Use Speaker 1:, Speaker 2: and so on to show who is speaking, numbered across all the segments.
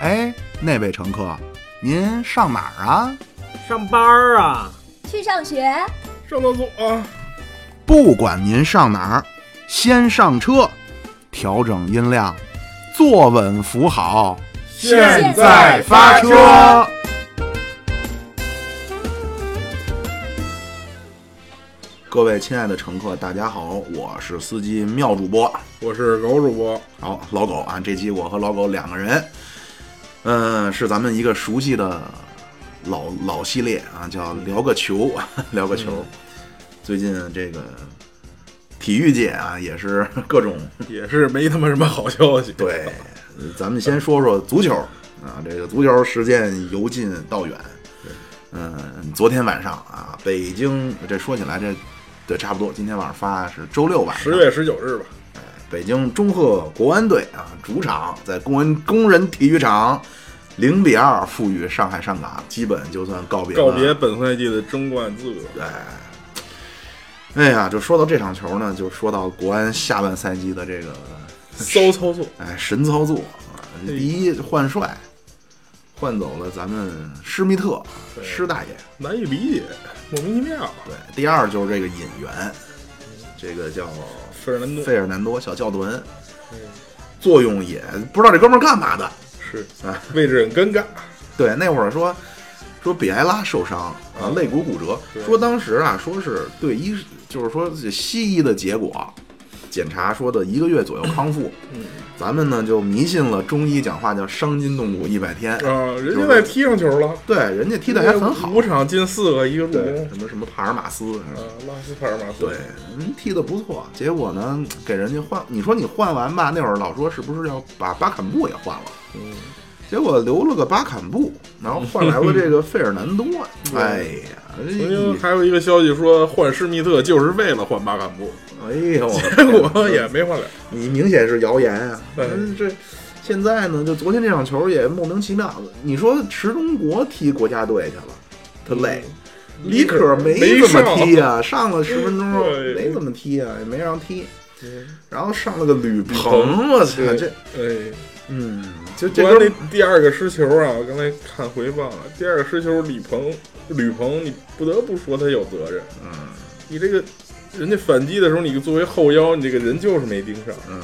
Speaker 1: 哎，那位乘客，您上哪儿啊？
Speaker 2: 上班儿啊，
Speaker 3: 去上学，
Speaker 4: 上厕所啊，
Speaker 1: 不管您上哪儿，先上车，调整音量，坐稳扶好，
Speaker 3: 现在发车。
Speaker 1: 各位亲爱的乘客，大家好，我是司机妙主播。
Speaker 4: 我是狗主播，
Speaker 1: 好，老狗啊，这期我和老狗两个人，嗯、是咱们一个熟悉的老老系列啊，叫聊个球， 聊个球。
Speaker 4: 嗯
Speaker 1: 最近这个体育界啊，也是各 种
Speaker 4: 也是没他妈什么好消息。
Speaker 1: 对，呃咱们先说说足球啊，这个足球实践由近到远。嗯，昨天晚上啊，北京这说起来这对差不多，今天晚上发是周六晚上，
Speaker 4: 十月十九日吧，
Speaker 1: 北京中赫国安队啊，主场在工人工人体育场零比二负于上海上港，基本就算告别了
Speaker 4: 告别本赛季的争冠资格。
Speaker 1: 哎呀，就说到这场球呢，就说到国安下半赛季的这个
Speaker 4: 骚操作，
Speaker 1: 哎神操作啊！第一换帅，换走了咱们施密特
Speaker 4: 对
Speaker 1: 施大爷。
Speaker 4: 难以理解，莫名其妙。
Speaker 1: 对，第二就是这个引援，这个叫
Speaker 4: 费尔南多
Speaker 1: 费尔南多小教屯，作用也不知道这哥们儿干嘛的。
Speaker 4: 是
Speaker 1: 啊
Speaker 4: 位置很尴尬，
Speaker 1: 对，那会儿说说比埃拉受伤啊，
Speaker 4: 嗯
Speaker 1: 肋骨骨折，
Speaker 4: 对
Speaker 1: 说当时啊，说是对医，就是说西医的结果检查说的一个月左右康复。
Speaker 4: 嗯，
Speaker 1: 咱们呢就迷信了中医讲话叫伤筋动骨一百天。
Speaker 4: 啊，人家在踢上球了，
Speaker 1: 对，人家踢得还很好
Speaker 4: 五，场进四个，一个助
Speaker 1: 对，
Speaker 4: 攻。
Speaker 1: 什么什么帕尔马斯，
Speaker 4: 啊，拉斯帕尔马斯，
Speaker 1: 对，嗯踢得不错。结果呢，给人家换，你说你换完吧，那会儿老说是不是要把巴坎布也换了？
Speaker 4: 嗯，
Speaker 1: 结果留了个巴坎布，然后换来了这个费尔南多。 哎呀，这
Speaker 4: 曾经还有一个消息说换施密特就是为了换巴坎布，
Speaker 1: 哎呦，
Speaker 4: 结果 也没换了。
Speaker 1: 你明显是谣言啊！
Speaker 4: 对
Speaker 1: 嗯，这现在呢，就昨天这场球也莫名其妙。你说池中国踢国家队去了，他累。李可没怎么踢啊，上了十分钟
Speaker 4: 对
Speaker 1: 没怎么踢啊，也没让踢。
Speaker 4: 嗯，
Speaker 1: 然后上了个吕鹏，
Speaker 4: 鹏
Speaker 1: 我操，
Speaker 4: 对
Speaker 1: 这
Speaker 4: 哎，
Speaker 1: 嗯，就这
Speaker 4: 这哥
Speaker 1: 哥
Speaker 4: 那第二个失球啊，我刚才看回放了，第二个失球，李鹏，吕鹏，你不得不说他有责任。
Speaker 1: 嗯
Speaker 4: 你这个人家反击的时候，你作为后腰，你这个人就是没盯上。
Speaker 1: 嗯，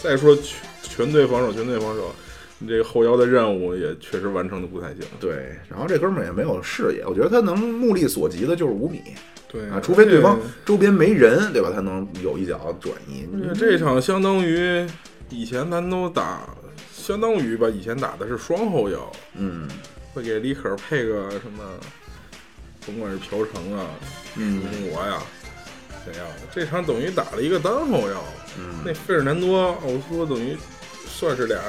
Speaker 4: 再说全全队防守，全队防守，你这个后腰的任务也确实完成的不太行。
Speaker 1: 对。然后这哥们儿也没有视野，我觉得他能目力所及的就是五米
Speaker 4: 嗯对
Speaker 1: 啊，除非对方周边没人，对吧？他能有一脚转移。
Speaker 4: 而且这场相当于以前咱都打，相当于吧，以前打的是双后腰，
Speaker 1: 嗯
Speaker 4: 会给李可配个什么，甭管是朴成啊、
Speaker 1: 嗯
Speaker 4: 吴中国呀，谁呀、这场等于打了一个单后腰。
Speaker 1: 嗯
Speaker 4: 那费尔南多、奥苏等于算是俩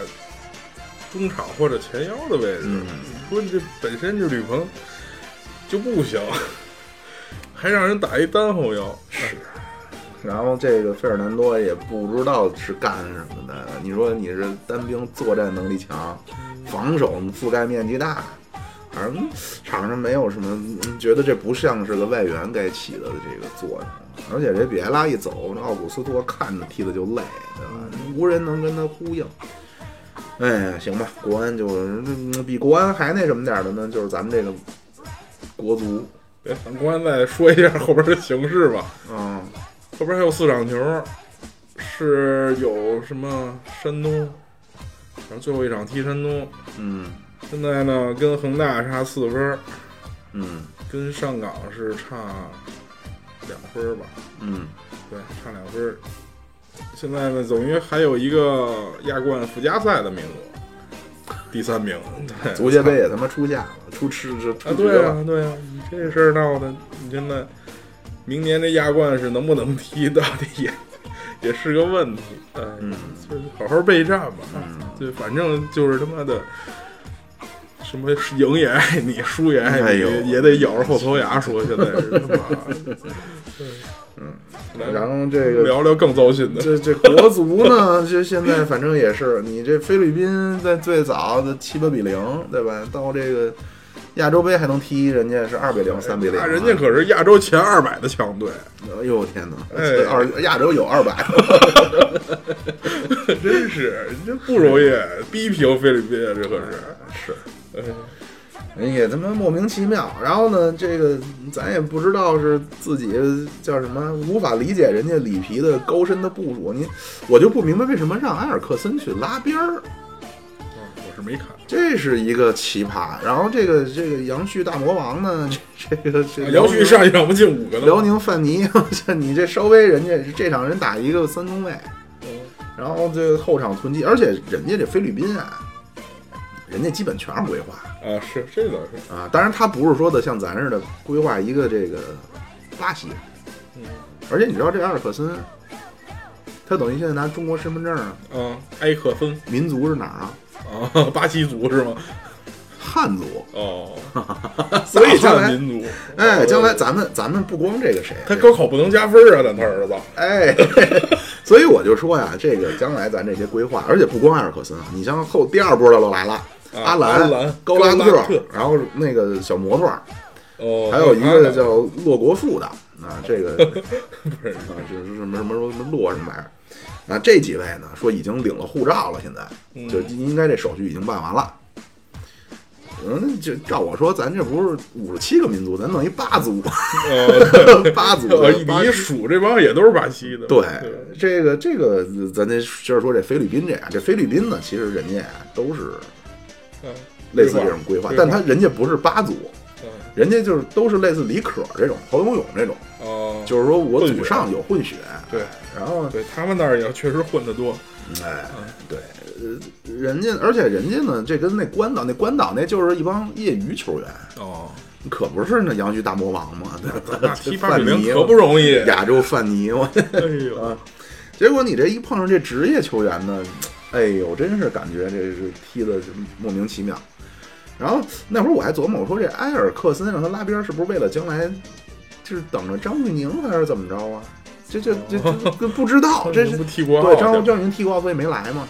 Speaker 4: 中场或者前腰的位置。
Speaker 1: 嗯
Speaker 4: 你说你这本身这吕鹏就不行， 还让人打一单后腰，是
Speaker 1: 嗯然后这个费尔南多也不知道是干什么的。你说你是单兵作战能力强，防守覆盖面积大，反正场上没有什么嗯觉得这不像是个外援该起的这个作用。而且这比埃拉一走，那奥古斯托看着踢的就累，对吧？无人能跟他呼应。哎呀，行吧，国安就是嗯比国安还那什么点儿的呢，就是咱们这个国足，
Speaker 4: 别反观再说一下后边的形势吧。
Speaker 1: 嗯，
Speaker 4: 后边还有四场球，是有什么山东，然后最后一场踢山东。
Speaker 1: 嗯
Speaker 4: 现在呢，跟恒大差四分，
Speaker 1: 嗯
Speaker 4: 跟上港是差两分吧。
Speaker 1: 嗯
Speaker 4: 对，差两分儿。现在呢，等于还有一个亚冠附加赛的名额，第三名。对，
Speaker 1: 足协杯也他妈出价了，出吃这
Speaker 4: 啊，
Speaker 1: 出局
Speaker 4: 对
Speaker 1: 了。
Speaker 4: 啊，对啊，你这事儿闹的，你现在明年这亚冠是能不能踢， 到底也也是个问题。哎，
Speaker 1: 嗯
Speaker 4: 就是好好备战吧。
Speaker 1: 嗯
Speaker 4: 对，反正就是他妈的。什么赢也爱你，输也爱你，
Speaker 1: 哎呦
Speaker 4: 也得咬着后槽牙说。现在是他 妈，嗯，
Speaker 1: 然后这个
Speaker 4: 聊聊更糟心的，
Speaker 1: 这这国足呢，这现在反正也是，你这菲律宾在最早的七八比零，对吧？到这个亚洲杯还能踢人家是二比零、三比零、啊
Speaker 4: 那哎人家可是亚洲前二百的强队，
Speaker 1: 哎呦我天哪！
Speaker 4: 哎
Speaker 1: 二亚洲有二百，
Speaker 4: 真是真不容易，逼平菲律宾啊，这可是。
Speaker 1: 是
Speaker 4: 哎
Speaker 1: 人哎也他妈莫名其妙。然后呢，这个咱也不知道是自己叫什么，无法理解人家里皮的高深的部署。你我就不明白为什么让埃尔克森去拉边儿，
Speaker 4: 嗯我是没看，
Speaker 1: 这是一个奇葩。然后这个这个杨旭大魔王呢， 这这个这个
Speaker 4: 杨旭啊上一场不进五个呢吗，
Speaker 1: 辽宁范尼， 这你这稍微人家这场人打一个三中卫，
Speaker 4: 嗯
Speaker 1: 然后这后场囤积，而且人家这菲律宾啊，人家基本全是规划
Speaker 4: 啊，是这倒是，
Speaker 1: 啊，当然他不是说的像咱似的规划一个这个巴西，
Speaker 4: 嗯
Speaker 1: 而且你知道这埃尔克森，他等于现在拿中国身份证啊，
Speaker 4: 啊，埃克森
Speaker 1: 民族是哪儿啊？
Speaker 4: 啊， 巴西族是吗？
Speaker 1: 汉族，啊
Speaker 4: 哦， 所以叫民族。
Speaker 1: 哎，将来咱们咱们不光这个谁，
Speaker 4: 他高考不能加分啊，但他儿子，
Speaker 1: 哎， 所以我就说呀，这个将来咱这些规划，而且不光埃尔克森啊，你像后第二波的都来了，
Speaker 4: 啊
Speaker 1: 阿兰、
Speaker 4: 阿兰
Speaker 1: 高拉
Speaker 4: 高拉特
Speaker 1: 然后那个小摩托，
Speaker 4: 哦，
Speaker 1: 还有一
Speaker 4: 他
Speaker 1: 个叫洛国富的啊，这个
Speaker 4: 不是
Speaker 1: 啊，就是什么什么什么洛什么玩意儿。啊，这几位呢，说已经领了护照了，现在
Speaker 4: 嗯
Speaker 1: 就应该这手续已经办完了。嗯，就照我说，咱这不是五十七个民族，咱弄一八 族，
Speaker 4: 呃，
Speaker 1: 八族，
Speaker 4: 我一
Speaker 1: 八
Speaker 4: 呃你一数这帮也都是巴西的，
Speaker 1: 对，这个这个，咱这接着说这菲律宾这样，这菲律宾呢，其实人家啊都是
Speaker 4: 嗯
Speaker 1: 类似这种规划，但他人家不是八组，
Speaker 4: 嗯
Speaker 1: 人家就是都是类似李可这种、侯永永这种，
Speaker 4: 哦，
Speaker 1: 就是说我
Speaker 4: 混
Speaker 1: 祖
Speaker 4: 血
Speaker 1: 上有混血，
Speaker 4: 对
Speaker 1: 然后
Speaker 4: 对，他们那儿也确实混得多，
Speaker 1: 哎，对，呃人家而且人家呢，这跟那关岛那关岛那就是一帮业余球员，
Speaker 4: 哦，
Speaker 1: 可不是那洋剧大魔王嘛，对吧？
Speaker 4: 那踢八
Speaker 1: 范
Speaker 4: 比零
Speaker 1: 尼
Speaker 4: 可不容易，
Speaker 1: 亚洲范尼，我
Speaker 4: 哎呦，
Speaker 1: 啊， 结果你这一碰上这职业球员呢，哎呦，真是感觉这是踢的莫名其妙。然后那会儿我还琢磨，我说这埃尔克森让他拉边，是不是为了将来就是等着张玉宁还是怎么着啊？这这这 这这不知道，这是
Speaker 4: 不踢国
Speaker 1: 对张
Speaker 4: 奥，
Speaker 1: 张玉宁踢过奥运会没来嘛？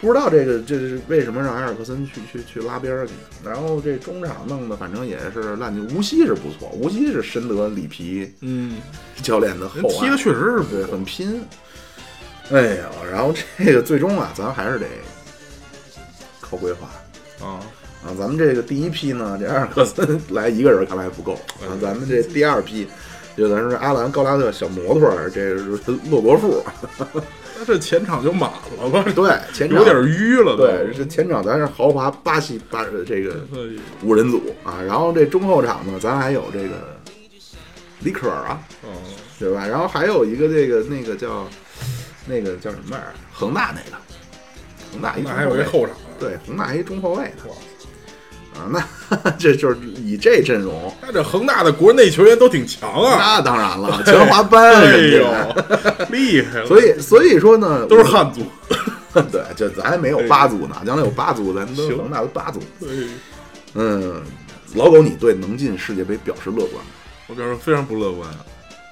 Speaker 1: 不知道这个这是为什么让埃尔克森去去去拉边去？然后这中场弄的反正也是烂泥。无锡是不错，无锡是深得里皮
Speaker 4: 嗯，
Speaker 1: 教练的厚
Speaker 4: 人
Speaker 1: 爱。
Speaker 4: 踢的确实是
Speaker 1: 对，
Speaker 4: 不
Speaker 1: 很拼。哎呀，然后这个最终啊，咱还是得靠规划
Speaker 4: 错啊，
Speaker 1: 啊。咱们这个第一批呢，这埃尔克森来一个人看来不够啊
Speaker 4: 嗯。
Speaker 1: 咱们这第二批，就咱说阿兰、高拉特、小摩托儿，这是洛国富。
Speaker 4: 那这前场就满了吧，
Speaker 1: 对，前场
Speaker 4: 有点淤了都，
Speaker 1: 对，这前场咱是豪华巴西巴这个
Speaker 4: 哎呦
Speaker 1: 五人组啊。然后这中后场呢，咱还有这个李可儿啊，
Speaker 4: 哦，
Speaker 1: 对吧？然后还有一个这个那个叫那个叫什么玩意儿？恒大那个，恒大一
Speaker 4: 那
Speaker 1: 中
Speaker 4: 还有
Speaker 1: 卫
Speaker 4: 一后场，啊
Speaker 1: 对，恒大一中后卫呢
Speaker 4: 哇。
Speaker 1: 啊，那 这就是以这阵容，
Speaker 4: 那这恒大的国内球员都挺强啊，
Speaker 1: 那当然 了，全华班啊
Speaker 4: 哎
Speaker 1: 人
Speaker 4: 呦
Speaker 1: 家。，
Speaker 4: 厉害了，
Speaker 1: 啊所以所以说呢，
Speaker 4: 都是汉族，
Speaker 1: 我 对，就咱还没有八组呢，将来有八组，咱都是
Speaker 4: 行
Speaker 1: 恒大的八组。
Speaker 4: 哎
Speaker 1: 嗯，老狗，你对能进世界杯表示乐观吗？
Speaker 4: 我表示非常不乐观，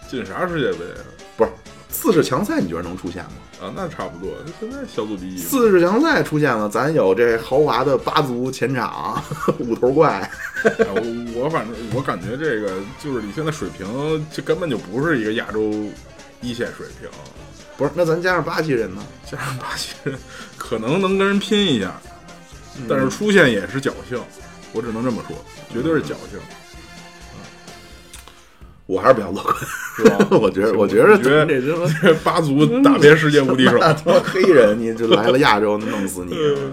Speaker 4: 进啥世界杯啊？
Speaker 1: 不是，四十强赛你觉得能出现吗？
Speaker 4: 啊，那差不多，现在小组第一，
Speaker 1: 四十强赛出现了，咱有这豪华的八足前场 五头怪，
Speaker 4: 哎我我反正我感觉这个就是你现在水平，这根本就不是一个亚洲一线水平，
Speaker 1: 不是？那咱加上巴西人呢？
Speaker 4: 加上巴西人可能能跟人拼一下，
Speaker 1: 嗯
Speaker 4: 但是出现也是侥幸，我只能这么说，绝对是侥幸，
Speaker 1: 嗯我还是比较乐观，？
Speaker 4: 是吧
Speaker 1: 我觉得， 我觉
Speaker 4: 我
Speaker 1: 得
Speaker 4: 觉得
Speaker 1: 咱们这他妈
Speaker 4: 这八族打遍世界无敌手，
Speaker 1: 大他妈黑人，你就来了亚洲，弄死你！
Speaker 4: 嗯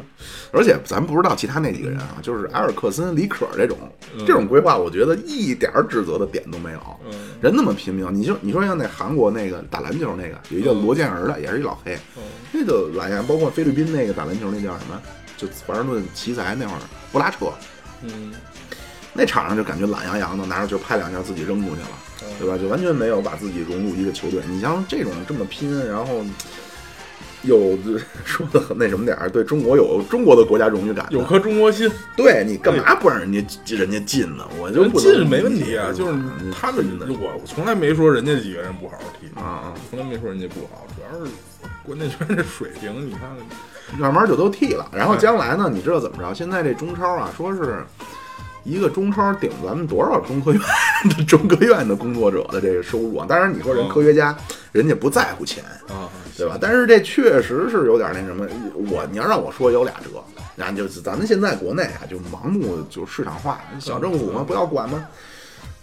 Speaker 1: 而且咱不知道其他那几个人啊，就是埃尔克森、李可这种这种规划，我觉得一点儿指责的点都没有。
Speaker 4: 嗯，
Speaker 1: 人那么拼命，你就你说像那韩国那个打篮球那个，有一叫罗建儿的，也是一老黑，那就来呀。包括菲律宾那个打篮球那叫什么，就华盛顿奇才那会儿不拉扯，
Speaker 4: 嗯，
Speaker 1: 那场上就感觉懒洋洋的，拿着球拍两下自己扔出去了，对吧？就完全没有把自己融入一个球队。你像这种这么拼，然后有说的很那什么点儿，对中国有中国的国家荣誉感的，
Speaker 4: 有颗中国心，
Speaker 1: 对你干嘛不让人家人家进呢？我就不能
Speaker 4: 进没问题啊，
Speaker 1: 理解嗯
Speaker 4: 就是他们，
Speaker 1: 的
Speaker 4: 我我从来没说人家几个人不好好踢，
Speaker 1: 啊啊，
Speaker 4: 从来没说人家不好，主要是关键就是这水平，你看看，
Speaker 1: 慢慢就都踢了。然后
Speaker 4: 哎
Speaker 1: 将来呢，你知道怎么着？现在这中超啊，说是一个中超顶咱们多少中科院的中科院的工作者的这个收入啊？当然，你说人
Speaker 4: 嗯
Speaker 1: 科学家，人家不在乎钱，
Speaker 4: 啊，
Speaker 1: 对吧？但是这确实是有点那什么，我你要让我说有俩辙，那就是咱们现在国内啊，就盲目就市场化，小政府嘛，不要管嘛。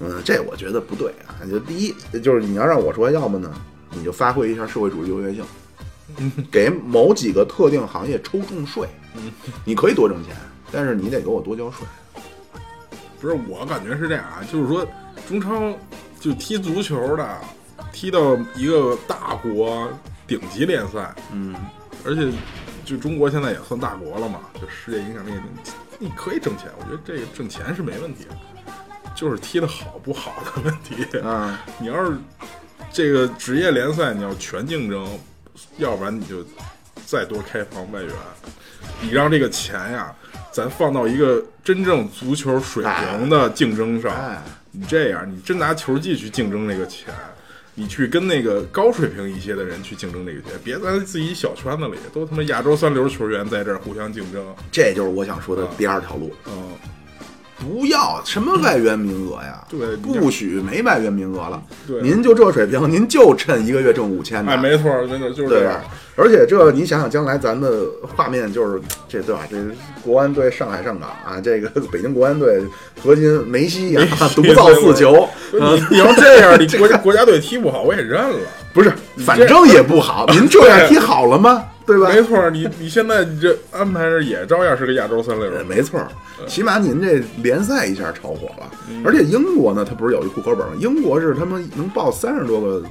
Speaker 1: 嗯，这我觉得不对啊。就第一，就是你要让我说，要么呢，你就发挥一下社会主义优越性，给某几个特定行业抽重税。你可以多挣钱，但是你得给我多交税。
Speaker 4: 不是，我感觉是这样啊，就是说中超就踢足球的，踢到一个大国顶级联赛，
Speaker 1: 嗯，
Speaker 4: 而且就中国现在也算大国了嘛，就世界影响力，你你可以挣钱，我觉得这个挣钱是没问题的，就是踢得好不好的问题。
Speaker 1: 啊，
Speaker 4: 你要是这个职业联赛，你要全竞争，要不然你就再多开放外援，你让这个钱呀，咱放到一个真正足球水平的竞争上。
Speaker 1: 哎，
Speaker 4: 你这样，你真拿球技去竞争这个钱，你去跟那个高水平一些的人去竞争这个钱，别在自己小圈子里，都他妈亚洲三流球员在这儿互相竞争。
Speaker 1: 这就是我想说的第二条路。
Speaker 4: 嗯，
Speaker 1: 不要什么外援名额呀，
Speaker 4: 对你
Speaker 1: 不许没外援名额了。
Speaker 4: 对
Speaker 1: 您就这水平，您就趁一个月挣五千的，
Speaker 4: 哎，没错，真的就是这
Speaker 1: 对
Speaker 4: 样
Speaker 1: 吧。？而且这你想想，将来咱的画面就是这对吧？这国安队上海上港啊，这个北京国安队核心梅西啊
Speaker 4: 梅，西
Speaker 1: 独造四球，
Speaker 4: 不是你你要这样，你国家国家队踢不好，我也认了。
Speaker 1: 不是，反正也不 好。您这样踢好了吗？对吧？
Speaker 4: 没错儿，你你现在这安排着也照样是个亚洲三流
Speaker 1: 呃。没错儿，
Speaker 4: 嗯
Speaker 1: 起码您这联赛一下炒火了，而且英国呢，它不是有一户口本吗？英国是他们能报三十多个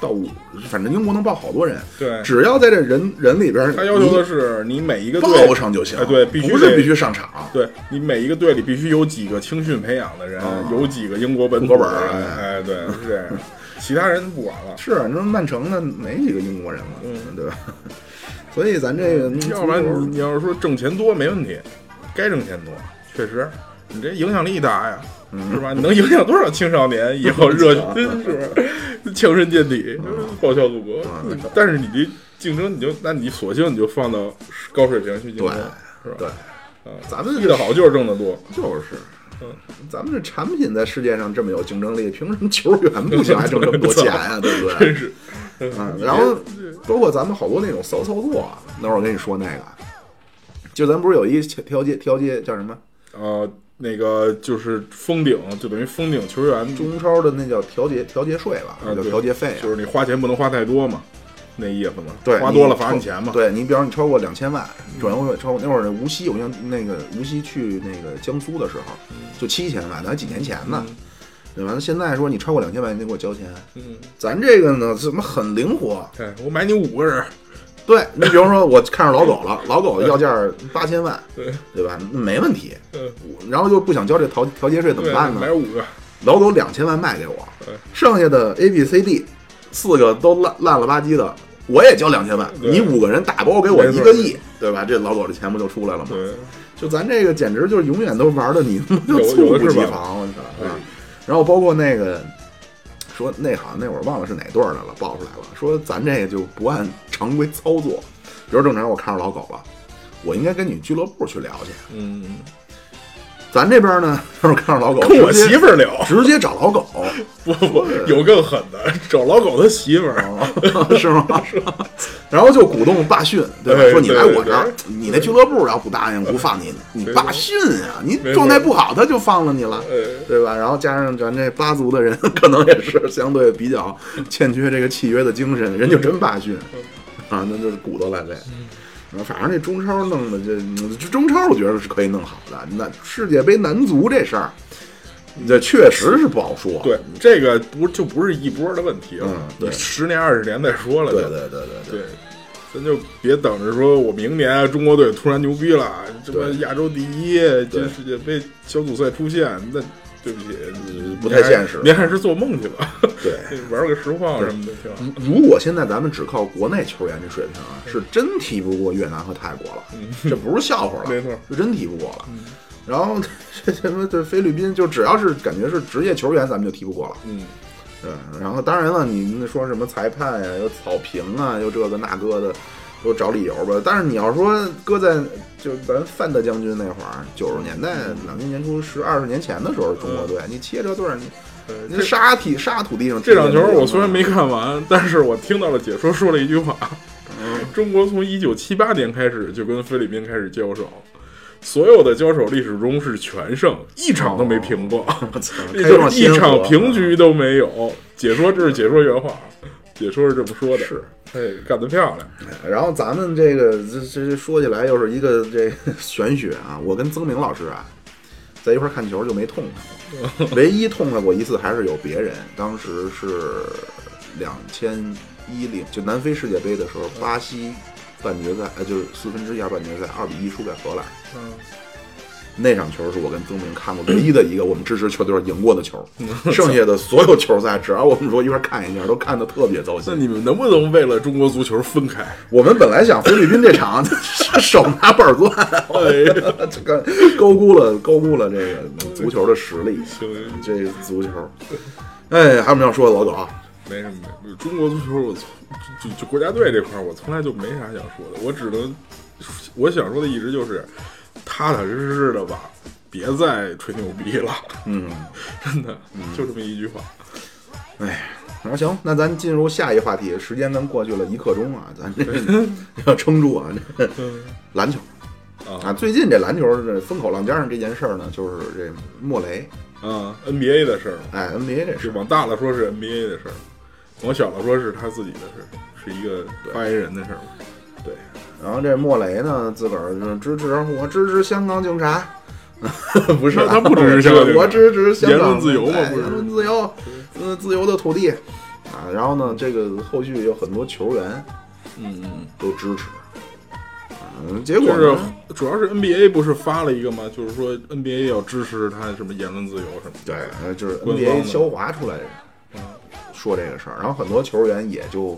Speaker 1: 到五，反正英国能报好多人，
Speaker 4: 对
Speaker 1: 只要在这人人里边儿，
Speaker 4: 哎他要求的是你每一个
Speaker 1: 你
Speaker 4: 队
Speaker 1: 报上就行
Speaker 4: 哎，对，必须
Speaker 1: 不是
Speaker 4: 得
Speaker 1: 必须上场，
Speaker 4: 对你每一个队里必须有几个青训培养的人，
Speaker 1: 啊
Speaker 4: 有几个英国本土
Speaker 1: 户口本
Speaker 4: 的
Speaker 1: 儿
Speaker 4: 人哎，对，是这样，其他人不管了。
Speaker 1: 是啊，那曼城呢没几个英国人了，
Speaker 4: 嗯
Speaker 1: 对吧？ 所以咱这个，
Speaker 4: 要不然嗯
Speaker 1: 足球
Speaker 4: 你你要是说挣钱多没问题，该挣钱多，确实，你这影响力大呀，
Speaker 1: 嗯
Speaker 4: 是吧？你能影响多少青少年以后热血，是吧？ 强身健体，报效祖国。
Speaker 1: 嗯
Speaker 4: 你但是你这竞争，你就那你索性你就放到高水平去竞争
Speaker 1: 对，
Speaker 4: 是吧？
Speaker 1: 对
Speaker 4: 啊，
Speaker 1: 咱们
Speaker 4: 踢得好就是挣得多，
Speaker 1: 就是
Speaker 4: 嗯。
Speaker 1: 咱们这产品在世界上这么有竞争力，凭什么球员不行还挣这么多钱呀、 对不对？
Speaker 4: 真是。
Speaker 1: 嗯，然后包括咱们好多那种骚操作啊，那会儿我跟你说那个，就咱不是有一调节调节叫什么
Speaker 4: 呃，那个就是封顶，就等于封顶球员
Speaker 1: 中超的那叫调节调节税吧，
Speaker 4: 啊
Speaker 1: 叫
Speaker 4: 对
Speaker 1: 调节费、啊，
Speaker 4: 就是你花钱不能花太多嘛，那意思嘛。
Speaker 1: 对，
Speaker 4: 花多了
Speaker 1: 你
Speaker 4: 罚你钱嘛。嗯
Speaker 1: 对你，比方你超过两千万，转会费超过那会儿无锡，我印象那个无锡去那个江苏的时候，
Speaker 4: 嗯
Speaker 1: 就七千万，那还几年前呢，对吧？那现在说你超过两千万，你得给我交钱。
Speaker 4: 嗯，
Speaker 1: 咱这个呢，怎么很灵活？
Speaker 4: 对，我买你五个人，
Speaker 1: 对你比如说，我看上老狗了，老狗要价八千万，
Speaker 4: 对
Speaker 1: 对吧？那没问题。
Speaker 4: 嗯，
Speaker 1: 我然后又不想交这调调节税怎么
Speaker 4: 对，
Speaker 1: 办呢
Speaker 4: 买？五个，
Speaker 1: 老狗两千万卖给我
Speaker 4: 对，
Speaker 1: 剩下的 A、B、C、D 四个都烂烂了吧唧的，我也交两千万，
Speaker 4: 对
Speaker 1: 你五个人打包给我
Speaker 4: 没
Speaker 1: 一
Speaker 4: 错
Speaker 1: 个亿，对吧？这老狗这钱不就出来了吗？
Speaker 4: 对，
Speaker 1: 就咱这个简直就是永远都玩的你就
Speaker 4: 有
Speaker 1: 猝
Speaker 4: 有的
Speaker 1: 不
Speaker 4: 是
Speaker 1: 及
Speaker 4: 吧嗯
Speaker 1: 防，我操！
Speaker 4: 对
Speaker 1: 啊然后包括那个说那好像那会儿忘了是哪队儿的了，爆出来了，说咱这个就不按常规操作，比如正常我看上老狗了，我应该跟你俱乐部去聊去。
Speaker 4: 嗯，
Speaker 1: 咱这边呢，要是看上老狗，
Speaker 4: 跟我
Speaker 1: 直接
Speaker 4: 媳妇儿聊，
Speaker 1: 直接找老狗，
Speaker 4: 不不，有更狠的，找老狗他媳妇
Speaker 1: 啊
Speaker 4: 儿，
Speaker 1: 是吗？ 是吗？然后就鼓动罢训，对吧？
Speaker 4: 对
Speaker 1: 说你来
Speaker 4: 哎对
Speaker 1: 我这儿
Speaker 4: 对，
Speaker 1: 你那俱乐部要不答应不放你，你
Speaker 4: 没错
Speaker 1: 罢训啊！你
Speaker 4: 没错
Speaker 1: 状态不好，他就放了你了，
Speaker 4: 呃，
Speaker 1: 对吧？然后加上咱这八族的人， 可能也是相对比较欠缺这个契约的精神，人就真罢训啊，那就是鼓捣来呗。啊反正这中超弄的这这中超，我觉得是可以弄好的。那世界杯男足这事儿，这确实是不好说。
Speaker 4: 对，这个不就不是一波的问题了，
Speaker 1: 嗯对
Speaker 4: 你十年二十年再说了，
Speaker 1: 对
Speaker 4: 就
Speaker 1: 对对对对
Speaker 4: 对，咱就别等着说我明年啊中国队突然牛逼了，这么
Speaker 1: 对
Speaker 4: 亚洲第一，进世界杯小组赛出现，那对不起，你
Speaker 1: 不太现实哎
Speaker 4: 您还是做梦去吧，
Speaker 1: 对。
Speaker 4: 玩个实况什么的挺好。
Speaker 1: 如果现在咱们只靠国内球员这水平啊，
Speaker 4: 嗯
Speaker 1: 是真踢不过越南和泰国了，这不是笑话了，
Speaker 4: 没错，嗯
Speaker 1: 是真踢不过了。然后这什么这菲律宾，就只要是感觉是职业球员，咱们就踢不过了。
Speaker 4: 嗯，
Speaker 1: 啊对，然后当然了，你那说什么裁判呀、有草坪啊，又这个那个的，给我找理由吧。但是你要说搁在就是咱范德将军那会儿，九十年代两千年初十二十年前的时候，中国队你切这队儿，你你
Speaker 4: 嗯这
Speaker 1: 沙地沙土地上
Speaker 4: 这场球我虽然没看完，但是我听到了解说说了一句话：中国从一九七八年开始就跟菲律宾开始交手，所有的交手历史中是全胜，一场都没平 过，
Speaker 1: 踢
Speaker 4: 也
Speaker 1: 开
Speaker 4: 就
Speaker 1: 创
Speaker 4: 是一
Speaker 1: 先河啊
Speaker 4: 场平局都没有。解说这是解说原话，解说是这么说的，
Speaker 1: 是。
Speaker 4: 哎，干得漂亮，
Speaker 1: 然后咱们这个这这这说起来又是一个这玄学啊，我跟曾明老师啊，在一块儿看球就没痛 快过，唯一痛快过一次还是有别人，当时是两千一零就南非世界杯的时候，巴西半决赛呃就是四分之一还是半决赛二比一输给荷兰，
Speaker 4: 嗯，
Speaker 1: 那场球是我跟曾明看过唯一的一个我们支持球队赢过的 球，剩下的所有球赛只要我们说一块儿看一下，都看得特别糟心
Speaker 4: 那。你们能不能为了中国足球分开？
Speaker 1: 我们本来想菲律宾这场 手拿板砖，
Speaker 4: 哎，
Speaker 1: 这个高估了高估了这个足球的实力，
Speaker 4: 行。
Speaker 1: 这足球。哎，还有没有要说的，老狗？
Speaker 4: 没什么，没中国足球我从就就国家队这块儿我从来就没啥想说的，我只能我想说的一直就是踏踏实实的吧，别再吹牛逼了，
Speaker 1: 嗯，
Speaker 4: 真的就这么一句话。
Speaker 1: 然后行，哎那咱进入下一话题，时间咱过去了一刻钟啊，咱这要撑住啊，这
Speaker 4: 嗯
Speaker 1: 篮球啊，
Speaker 4: 啊
Speaker 1: 最近这篮球这风口浪尖上这件事儿呢，就是这莫雷，
Speaker 4: 啊，NBA 的事儿嘛，
Speaker 1: 哎，NBA 这
Speaker 4: 是
Speaker 1: 事儿，
Speaker 4: 往大了说是 NBA 的事儿，往小了说是他自己的事儿，是一个发言人的事儿嘛。
Speaker 1: 对，然后这莫雷呢，自个儿就支持我支持香港警察， 不是啊、
Speaker 4: 他他不支 持香港警察
Speaker 1: 我支持香港
Speaker 4: 言论自由嘛
Speaker 1: 哎
Speaker 4: 不是
Speaker 1: 言论自由，嗯，自由的土地啊。然后呢，这个后续有很多球员
Speaker 4: 嗯嗯，
Speaker 1: 都支持，嗯，结果
Speaker 4: 就是
Speaker 1: 呢
Speaker 4: 主要是 NBA 不是发了一个吗？就是说 NBA 要支持他什么言论自由什么的。
Speaker 1: 对，呃就是
Speaker 4: 官方的嗯
Speaker 1: NBA 肖华出来说这个事儿，然后很多球员也就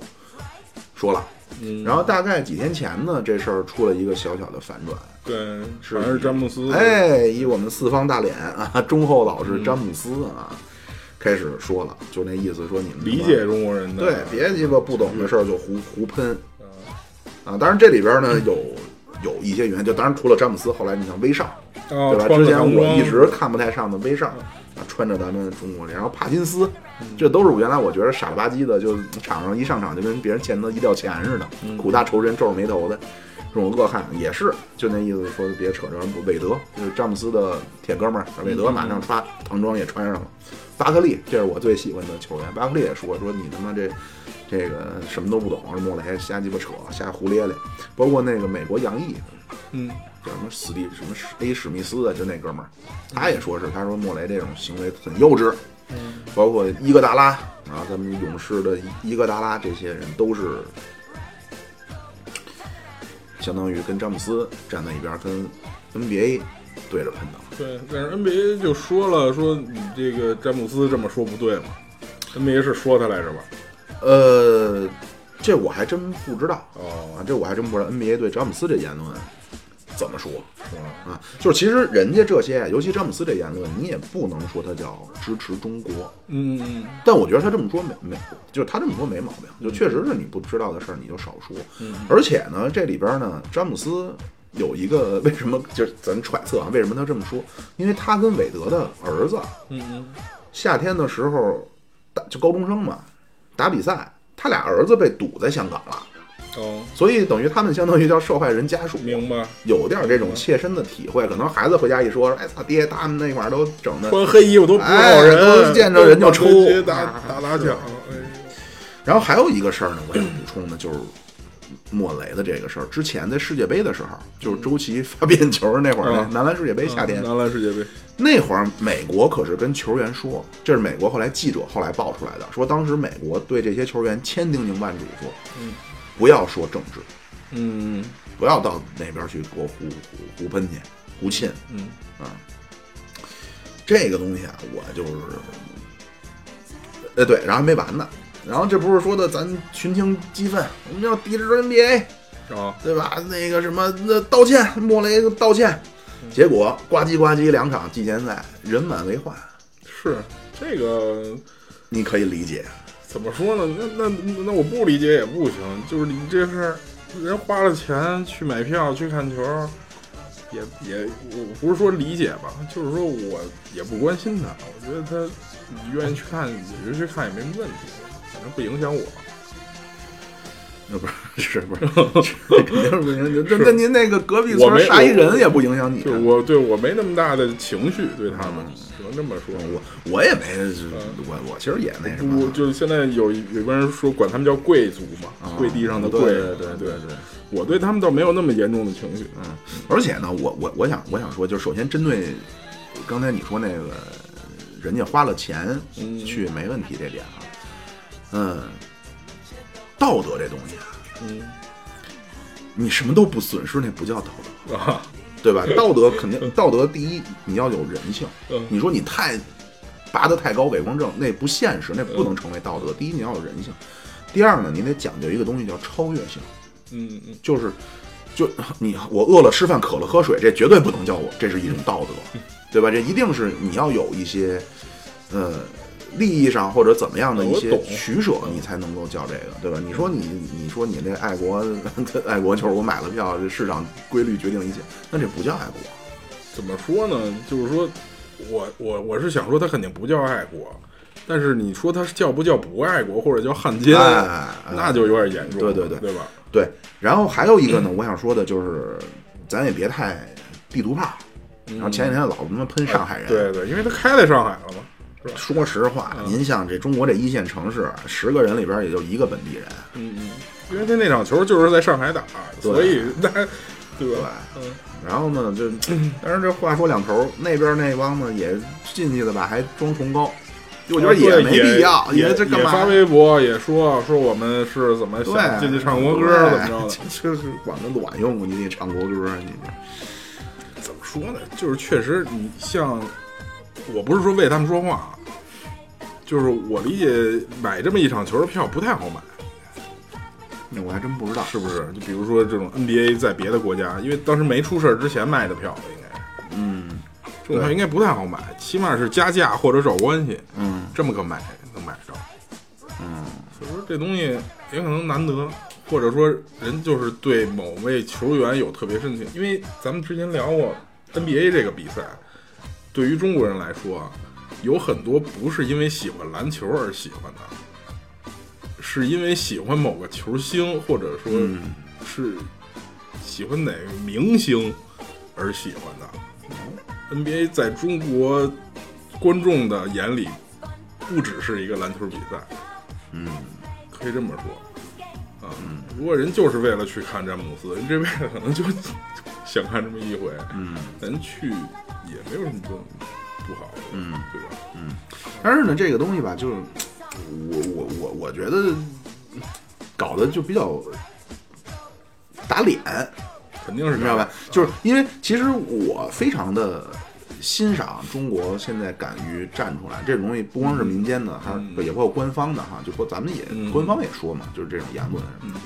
Speaker 1: 说了，
Speaker 4: 嗯，
Speaker 1: 然后大概几天前呢，这事儿出了一个小小的反转。
Speaker 4: 对，反正是詹姆斯，
Speaker 1: 哎，以我们四方大脸啊，忠厚老
Speaker 4: 嗯
Speaker 1: 实詹姆斯啊，开始说了，就那意思说你们
Speaker 4: 理解中国人的
Speaker 1: 对，别鸡巴不懂的事儿就胡胡喷啊。当然这里边呢有有一些原因，就当然除了詹姆斯，后来你像威少
Speaker 4: 哦
Speaker 1: 对，吧？
Speaker 4: 穿
Speaker 1: 之
Speaker 4: 个
Speaker 1: 前
Speaker 4: 唐
Speaker 1: 我
Speaker 4: 装
Speaker 1: 一直看不太上的威少啊，穿着咱们中国这，然后帕金斯，
Speaker 4: 嗯
Speaker 1: 这都是我原来我觉得傻了吧唧的，就场上一上场就跟别人欠他一吊钱似的，
Speaker 4: 嗯
Speaker 1: 苦大仇深、皱着眉头的。这种恶汉也是，就那意思说别扯这玩意儿韦德就是詹姆斯的铁哥们儿，韦
Speaker 4: 嗯
Speaker 1: 德马上穿唐装也穿上了。巴克利，这是我最喜欢的球员。巴克利也说说你他妈这这个什么都不懂，莫雷瞎鸡巴扯，瞎胡咧咧。包括那个美国洋溢，
Speaker 4: 嗯，
Speaker 1: 叫什么史蒂什么史 A 史密斯啊，就那哥们儿，他也说是，他说莫雷这种行为很幼稚，包括伊戈达拉啊，咱们勇士的伊戈达拉这些人都是相当于跟詹姆斯站在一边儿，跟 NBA 对着喷的。
Speaker 4: 对，但是 NBA 就说了，说你这个詹姆斯这么说不对嘛，NBA 是说他来着吧？
Speaker 1: 呃，这我还真不知道啊
Speaker 4: 哦，，
Speaker 1: 这我还真不知道 NBA 对詹姆斯这言论怎么说
Speaker 4: 是吧？
Speaker 1: 啊。就是其实人家这些，尤其詹姆斯这言论，你也不能说他叫支持中国。
Speaker 4: 嗯嗯
Speaker 1: 但我觉得他这么说没没，就是他这么说没毛病，就确实是你不知道的事儿你就少说。
Speaker 4: 嗯
Speaker 1: 而且呢，这里边呢，詹姆斯有一个 为什么就是咱揣测啊，为什么他这么说？因为他跟韦德的儿子
Speaker 4: 嗯
Speaker 1: 夏天的时候打就高中生嘛，打比赛，他俩儿子被堵在香港了，
Speaker 4: 嗯，哦，
Speaker 1: 所以等于他们相当于叫受害人家属。
Speaker 4: 明白，
Speaker 1: 有点这种切身的体会，可能孩子回家一说，哎操爹，他们那块儿都整的
Speaker 4: 穿黑衣服都不
Speaker 1: 哎
Speaker 4: 好人，
Speaker 1: 都见着人就抽
Speaker 4: 直接打
Speaker 1: 啊
Speaker 4: 打打
Speaker 1: 是
Speaker 4: 抢，哎
Speaker 1: 然后还有一个事儿呢，我想补充的就是莫雷的这个事儿。之前在世界杯的时候，就是周琦发变球那会儿，
Speaker 4: 嗯
Speaker 1: 男篮世界杯夏天、
Speaker 4: 男篮世界杯，
Speaker 1: 那会儿，美国可是跟球员说，这是美国后来记者后来爆出来的，说当时美国对这些球员千叮咛万嘱咐，
Speaker 4: 嗯，
Speaker 1: 不要说政治，
Speaker 4: 嗯
Speaker 1: 不要到那边去给我胡胡胡喷去，胡沁。啊
Speaker 4: 嗯
Speaker 1: 这个东西啊，我就是，呃，对，然后还没完呢。然后这不是说的咱群情激愤，我们要抵制 NBA，
Speaker 4: 啊，
Speaker 1: 对吧？那个什么，那道歉，莫雷道歉。结果呱唧呱唧两场季前赛，人满为患，
Speaker 4: 是这个。
Speaker 1: 你可以理解。
Speaker 4: 怎么说呢？那那那我不理解也不行，就是你这事儿，人花了钱去买票去看球，也也我不是说理解吧，就是说我也不关心他，我觉得他愿意去看也就去看也没什么问题，反正不影响我。
Speaker 1: 那不是是不是？肯定是不影响。那那您那个隔壁村杀一人也不影响你啊
Speaker 4: 就。我对我没那么大的情绪对他们，只能这么说。
Speaker 1: 我我也没，我我其实也那什
Speaker 4: 我
Speaker 1: 么。
Speaker 4: 就是现在有一有一帮人说管他们叫贵族嘛，
Speaker 1: 啊
Speaker 4: 跪地上的
Speaker 1: 对
Speaker 4: 贵。
Speaker 1: 对对
Speaker 4: 对
Speaker 1: 对对，
Speaker 4: 我对他们倒没有那么严重的情绪。
Speaker 1: 嗯，而且呢，我我我想我想说，就是首先针对刚才你说那个，人家花了钱
Speaker 4: 嗯
Speaker 1: 去没问题这点啊，嗯，道德这东西啊，
Speaker 4: 嗯
Speaker 1: 你什么都不损失，那不叫道德。
Speaker 4: 啊，
Speaker 1: 对吧？道德肯定，道德第一，你要有人性。
Speaker 4: 嗯
Speaker 1: 你说你太拔得太高伪光正，那不现实，那
Speaker 4: 嗯
Speaker 1: 不能成为道德。第一，你要有人性；第二呢，你得讲究一个东西叫超越性，
Speaker 4: 嗯嗯
Speaker 1: 就是就你我饿了吃饭，渴了喝水，这绝对不能叫我，这是一种道德，
Speaker 4: 嗯
Speaker 1: 对吧？这一定是你要有一些呃利益上或者怎么样的一
Speaker 4: 我
Speaker 1: 些
Speaker 4: 懂
Speaker 1: 取舍，你才能够叫这个，对吧？你说你你说你这爱国 爱国就是我买了票，这市场规律决定一切，那这不叫爱国。
Speaker 4: 怎么说呢？就是说我我我是想说，他肯定不叫爱国，但是你说他是叫不叫不爱国，或者叫汉奸，
Speaker 1: 哎哎
Speaker 4: 那就有点严重了，
Speaker 1: 对对对
Speaker 4: 对吧？
Speaker 1: 对，然后还有一个呢，我想说的就是，咱也别太地图炮。然后前几天老他妈喷上海人，
Speaker 4: 嗯对嗯对，因为他开在上海了嘛，是吧？
Speaker 1: 说实话，您像这中国这一线城市，十个人里边也就一个本地人，
Speaker 4: 嗯嗯，因为他那场球就是在上海打，所以那对
Speaker 1: 对
Speaker 4: 吧？
Speaker 1: 吧？
Speaker 4: 嗯
Speaker 1: 然后呢，就 当然这话说两头，那边那帮呢也进去的吧，还装崇高，我觉得也
Speaker 4: 哦对
Speaker 1: 没必要，
Speaker 4: 也
Speaker 1: 为这干
Speaker 4: 也
Speaker 1: 嘛
Speaker 4: 发？微博也说说我们是怎么想
Speaker 1: 对，
Speaker 4: 进去唱国歌怎么着的
Speaker 1: 对？ 就是管他卵用，啊你得唱国歌，你这
Speaker 4: 怎么说呢？就是确实，你像我不是说为他们说话，啊，就是我理解买这么一场球的票不太好买，
Speaker 1: 那我还真不知道
Speaker 4: 是不是？就比如说这种 NBA 在别的国家，因为当时没出事儿之前卖的票，应该
Speaker 1: 嗯
Speaker 4: 这种票
Speaker 1: 对
Speaker 4: 应该不太好买，起码是加价或者找关系
Speaker 1: 嗯
Speaker 4: 这么个买能买着。
Speaker 1: 嗯，
Speaker 4: 所以说这东西也可能难得，或者说人就是对某位球员有特别深情，因为咱们之前聊过 NBA 这个比赛，对于中国人来说啊，有很多不是因为喜欢篮球而喜欢的，是因为喜欢某个球星，或者说是喜欢哪个明星而喜欢的。NBA 在中国观众的眼里，不只是一个篮球比赛，可以这么说，啊，如果人就是为了去看詹姆斯，人这辈子可能就 想看这么一回，嗯，咱去也没有什么不好的，嗯，对吧？
Speaker 1: 但是呢，这个东西吧，就是我我我我觉得搞得就比较打脸，
Speaker 4: 肯定
Speaker 1: 你
Speaker 4: 是这
Speaker 1: 知道
Speaker 4: 样
Speaker 1: 吧？就是因为其实我非常的欣赏中国现在敢于站出来，这种东西不光是民间的，还有
Speaker 4: 嗯
Speaker 1: 也包括官方的哈，就不咱们也
Speaker 4: 嗯
Speaker 1: 官方也说嘛，就是这种言论什么的，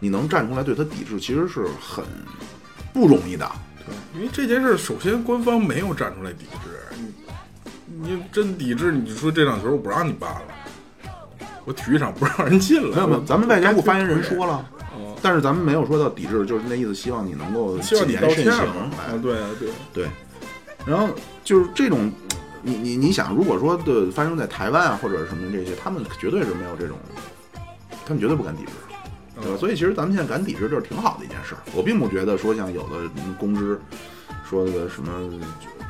Speaker 1: 你能站出来对他抵制，其实是很不容易的。
Speaker 4: 因为这件事，首先官方没有站出来抵制，你你真抵制，你说这场球我不让你办了，我体育场不让人进了，
Speaker 1: 没有没有，咱们外交部发言人说
Speaker 4: 了，
Speaker 1: 了，
Speaker 4: 哦
Speaker 1: 但是咱们没有说到抵制，就是那意思，希望你能够
Speaker 4: 希望你
Speaker 1: 谨
Speaker 4: 道
Speaker 1: 言慎
Speaker 4: 歉
Speaker 1: 行。
Speaker 4: 嘛
Speaker 1: 哎
Speaker 4: 啊，对啊对，
Speaker 1: 对，然后就是这种，你你你想，如果说的发生在台湾啊或者什么这些，他们绝对是没有这种，他们绝对不敢抵制，
Speaker 4: 嗯
Speaker 1: 对吧？所以其实咱们现在敢抵制，这是挺好的一件事儿。我并不觉得说像有的嗯公知说的什么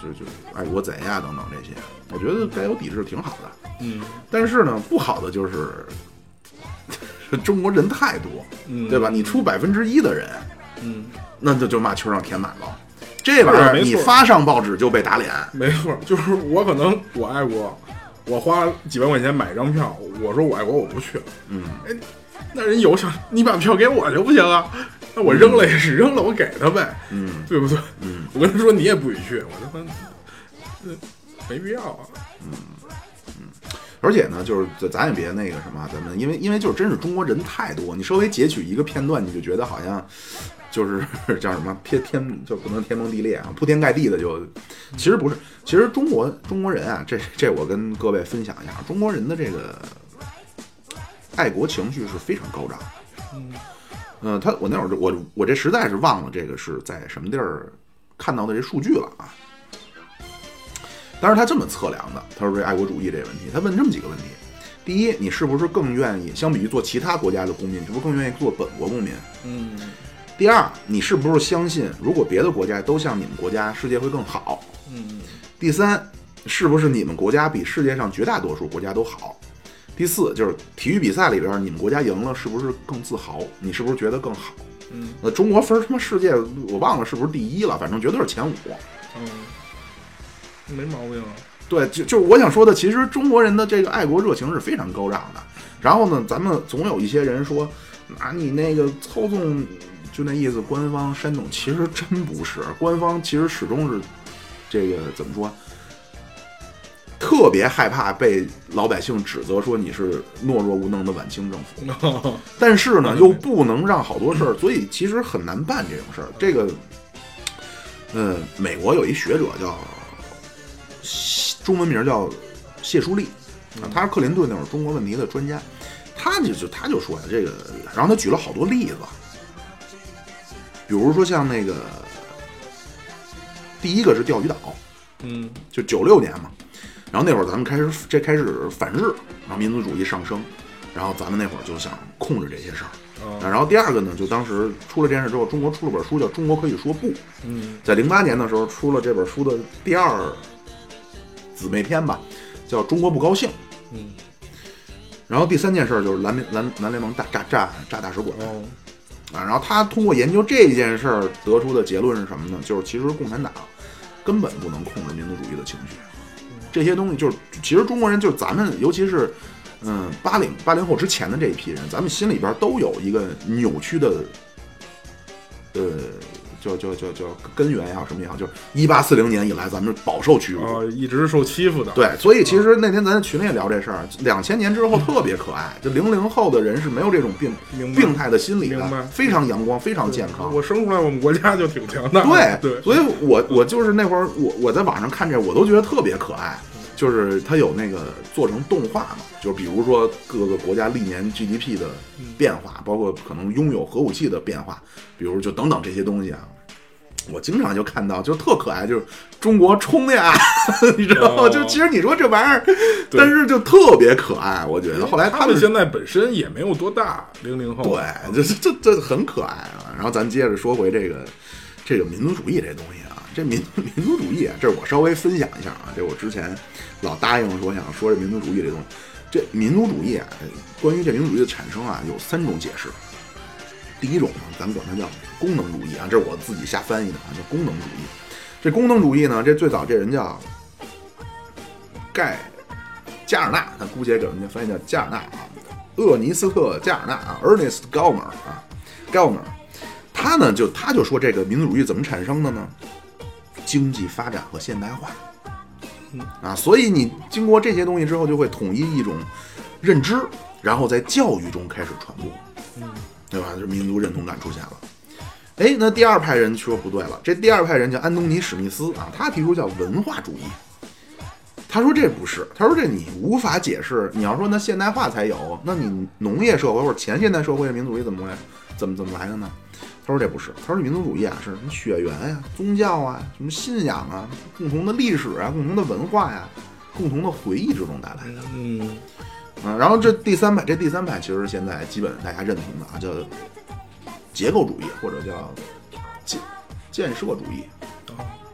Speaker 1: 就就就爱国贼啊等等这些，我觉得该有抵制挺好的。
Speaker 4: 嗯
Speaker 1: 但是呢，不好的就是 中国人太多，
Speaker 4: 嗯，
Speaker 1: 对吧？？你出百分之一的人，
Speaker 4: 嗯，
Speaker 1: 那就就骂球场填满了。这玩意儿
Speaker 4: 是没
Speaker 1: 你
Speaker 4: 错
Speaker 1: 发上报纸就被打脸，
Speaker 4: 没错，就是我可能我爱国，我花几万块钱买一张票，我说我爱国，我不去了。
Speaker 1: 嗯，
Speaker 4: 哎，那人有想你把票给我就不行啊？那我扔了也是扔了，我给他呗，
Speaker 1: 嗯
Speaker 4: 对不对？
Speaker 1: 嗯，
Speaker 4: 我跟他说你也不许去，我他妈，呃没必要啊。
Speaker 1: 而且呢，就是咱咱也别那个什么，咱们因为因为就是真是中国人太多，你稍微截取一个片段，你就觉得好像就是 叫什么天天就不能天崩地裂啊，铺天盖地的就，其实不是，其实中国中国人啊，这这我跟各位分享一下，中国人的这个爱国情绪是非常高涨的。嗯，他我那会儿就我我这实在是忘了这个是在什么地儿看到的这数据了啊。但是他这么测量的，他说这爱国主义这个问题，他问这么几个问题：第一，你是不是更愿意相比于做其他国家的公民，你是不是更愿意做本国公民？
Speaker 4: 嗯，
Speaker 1: 第二，你是不是相信如果别的国家都像你们国家，世界会更好？
Speaker 4: 嗯，
Speaker 1: 第三，是不是你们国家比世界上绝大多数国家都好？第四就是体育比赛里边，你们国家赢了，是不是更自豪？你是不是觉得更好？
Speaker 4: 嗯，
Speaker 1: 那中国分儿他妈世界，我忘了是不是第一了，反正绝对是前五。
Speaker 4: 嗯，没毛病啊。
Speaker 1: 对，就就是我想说的，其实中国人的这个爱国热情是非常高涨的。然后呢，咱们总有一些人说，啊，你那个操纵，就那意思，官方煽动，其实真不是，官方其实始终是这个怎么说，特别害怕被老百姓指责说你是懦弱无能的晚清政府。 但是呢，又不能让好多事儿，所以其实很难办这种事儿。这个，呃，美国有一学者叫中文名叫谢书立，啊，他是克林顿那会儿中国问题的专家，他就就他就说呀，这个，然后他举了好多例子，比如说像那个第一个是钓鱼岛，
Speaker 4: 嗯
Speaker 1: 就九六年嘛，然后那会儿咱们开始这开始反日，然后民族主义上升，然后咱们那会儿就想控制这些事儿。
Speaker 4: 啊
Speaker 1: 然后第二个呢，就当时出了这件事之后，中国出了本书叫《中国可以说不》，
Speaker 4: 嗯
Speaker 1: 在零八年的时候出了这本书的第二姊妹篇吧，叫《中国不高兴》。
Speaker 4: 嗯
Speaker 1: 然后第三件事就是蓝民蓝蓝联盟大炸炸炸大使馆
Speaker 4: 哦
Speaker 1: 啊。然后他通过研究这件事儿得出的结论是什么呢？就是其实共产党根本不能控制民族主义的情绪，
Speaker 4: 嗯
Speaker 1: 这些东西就是其实中国人就是咱们，尤其是嗯八零八零后之前的这一批人，咱们心里边都有一个扭曲的呃叫叫叫叫根源也好什么也好，就是一八四零年以来咱们饱受屈辱。
Speaker 4: 啊，一直是受欺负的。
Speaker 1: 对，所以其实那天咱在群里也聊这事儿，两千年之后特别可爱，就零零后的人是没有这种病
Speaker 4: 明白
Speaker 1: 病态的心理
Speaker 4: 嗯明白
Speaker 1: 的，非常阳光，非常健康。
Speaker 4: 我生出来我们国家就挺强大
Speaker 1: 对
Speaker 4: 的。对
Speaker 1: 所以我我就是那会儿我我在网上看这，我都觉得特别可爱。就是它有那个做成动画嘛，就是比如说各个国家历年 GDP 的
Speaker 4: 嗯
Speaker 1: 变化，包括可能拥有核武器的变化，比如就等等这些东西啊。我经常就看到，就特可爱，就是中国冲呀， 你知道吗？
Speaker 4: 哦
Speaker 1: 就其实你说这玩意儿，
Speaker 4: 对
Speaker 1: 但是就特别可爱，我觉得。后来
Speaker 4: 他
Speaker 1: 们
Speaker 4: 们现在本身也没有多大，零零后。啊
Speaker 1: 对，这这这这很可爱啊。然后咱接着说回这个这个民族主义这东西啊，这民 民族主义啊，这我稍微分享一下啊，这我之前老答应说想说这民族主义这东西。这民族主义啊，关于这民族主义的产生啊，有三种解释。第一种呢，咱管它叫功能主义啊，这是我自己瞎翻译的啊，叫功能主义。这功能主义呢，这最早这人叫盖加尔纳，他姑且给人家翻译叫加尔纳啊，厄尼斯特·加尔纳啊，Ernest Gomer 啊，Gomer，他呢就他就说这个民族主义怎么产生的呢？经济发展和现代化，啊，所以你经过这些东西之后，就会统一一种认知，然后在教育中开始传播，对吧？就是民族认同感出现了。哎，那第二派人说不对了，这第二派人叫安东尼·史密斯啊，他提出叫文化主义。他说这不是，他说这你无法解释。你要说那现代化才有，那你农业社会或者前现代社会的民族主义怎么来，怎么怎么来的呢？他说这不是，他说民族主义啊是什么血缘呀、宗教啊、什么信仰啊、共同的历史啊、共同的文化呀、共同的回忆之中带来的。
Speaker 4: 嗯，
Speaker 1: 嗯，然后这第三派，这第三派其实现在基本大家认同的啊，叫结构主义或者叫建建设主义。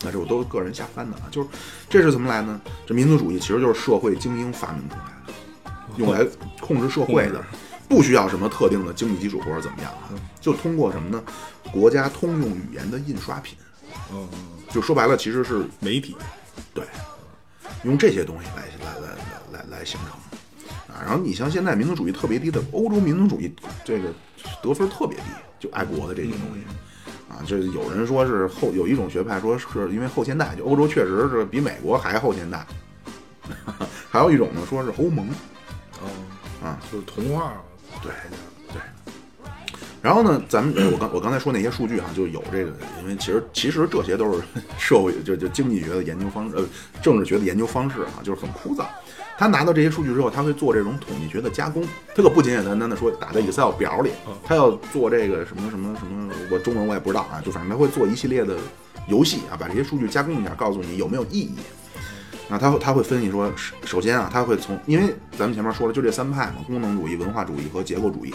Speaker 1: 那这我都个人瞎翻的啊，就是这是怎么来呢？这民族主义其实就是社会精英发明出来的，用来哦控制社会的，不需要什么特定的经济基础或者怎么样啊，就通过什么呢？国家通用语言的印刷品，
Speaker 4: 嗯，
Speaker 1: 就说白了其实是
Speaker 4: 媒体。
Speaker 1: 对，用这些东西来来来来来来形成啊。然后你像现在民族主义特别低的欧洲民族主义，这个得分特别低，就爱国的这些东西。啊，这有人说是后有一种学派说是因为后现代，就欧洲确实是比美国还后现代。 还有一种呢，说是欧盟，
Speaker 4: 哦
Speaker 1: 啊，
Speaker 4: 就是童话。
Speaker 1: 对对。然后呢，咱们哎我刚我刚才说那些数据啊，就有这个，因为其实其实这些都是 社会就就经济学的研究方式，呃，政治学的研究方式啊，就是很枯燥。他拿到这些数据之后，他会做这种统计学的加工，他可不简简单单的说打在 Excel 表里
Speaker 4: 嗯，
Speaker 1: 他要做这个什么什么什么，我中文我也不知道啊，就反正他会做一系列的游戏啊，把这些数据加工一下，告诉你有没有意义。啊，他会他会分析说，首首先啊，他会从，因为咱们前面说了，就这三派嘛，功能主义、文化主义和结构主义，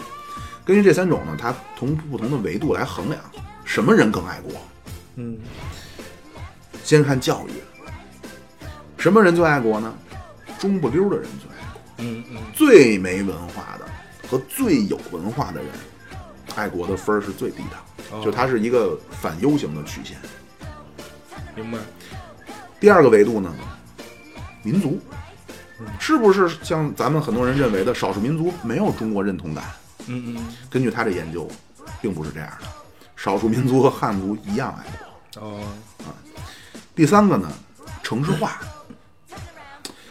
Speaker 1: 根据这三种呢，他从不同的维度来衡量什么人更爱国。
Speaker 4: 嗯，
Speaker 1: 先看教育，什么人最爱国呢？中不溜儿的人最爱国，
Speaker 4: 嗯嗯，
Speaker 1: 最没文化的和最有文化的人，爱国的分儿是最低的，
Speaker 4: 哦
Speaker 1: 就它是一个反 U 型的曲线。
Speaker 4: 明白，
Speaker 1: 第二个维度呢，民族，是不是像咱们很多人认为的少数民族没有中国认同感？
Speaker 4: 嗯嗯，
Speaker 1: 根据他这研究，并不是这样的，少数民族和汉族一样爱国。
Speaker 4: 哦，
Speaker 1: 第三个呢，城市化，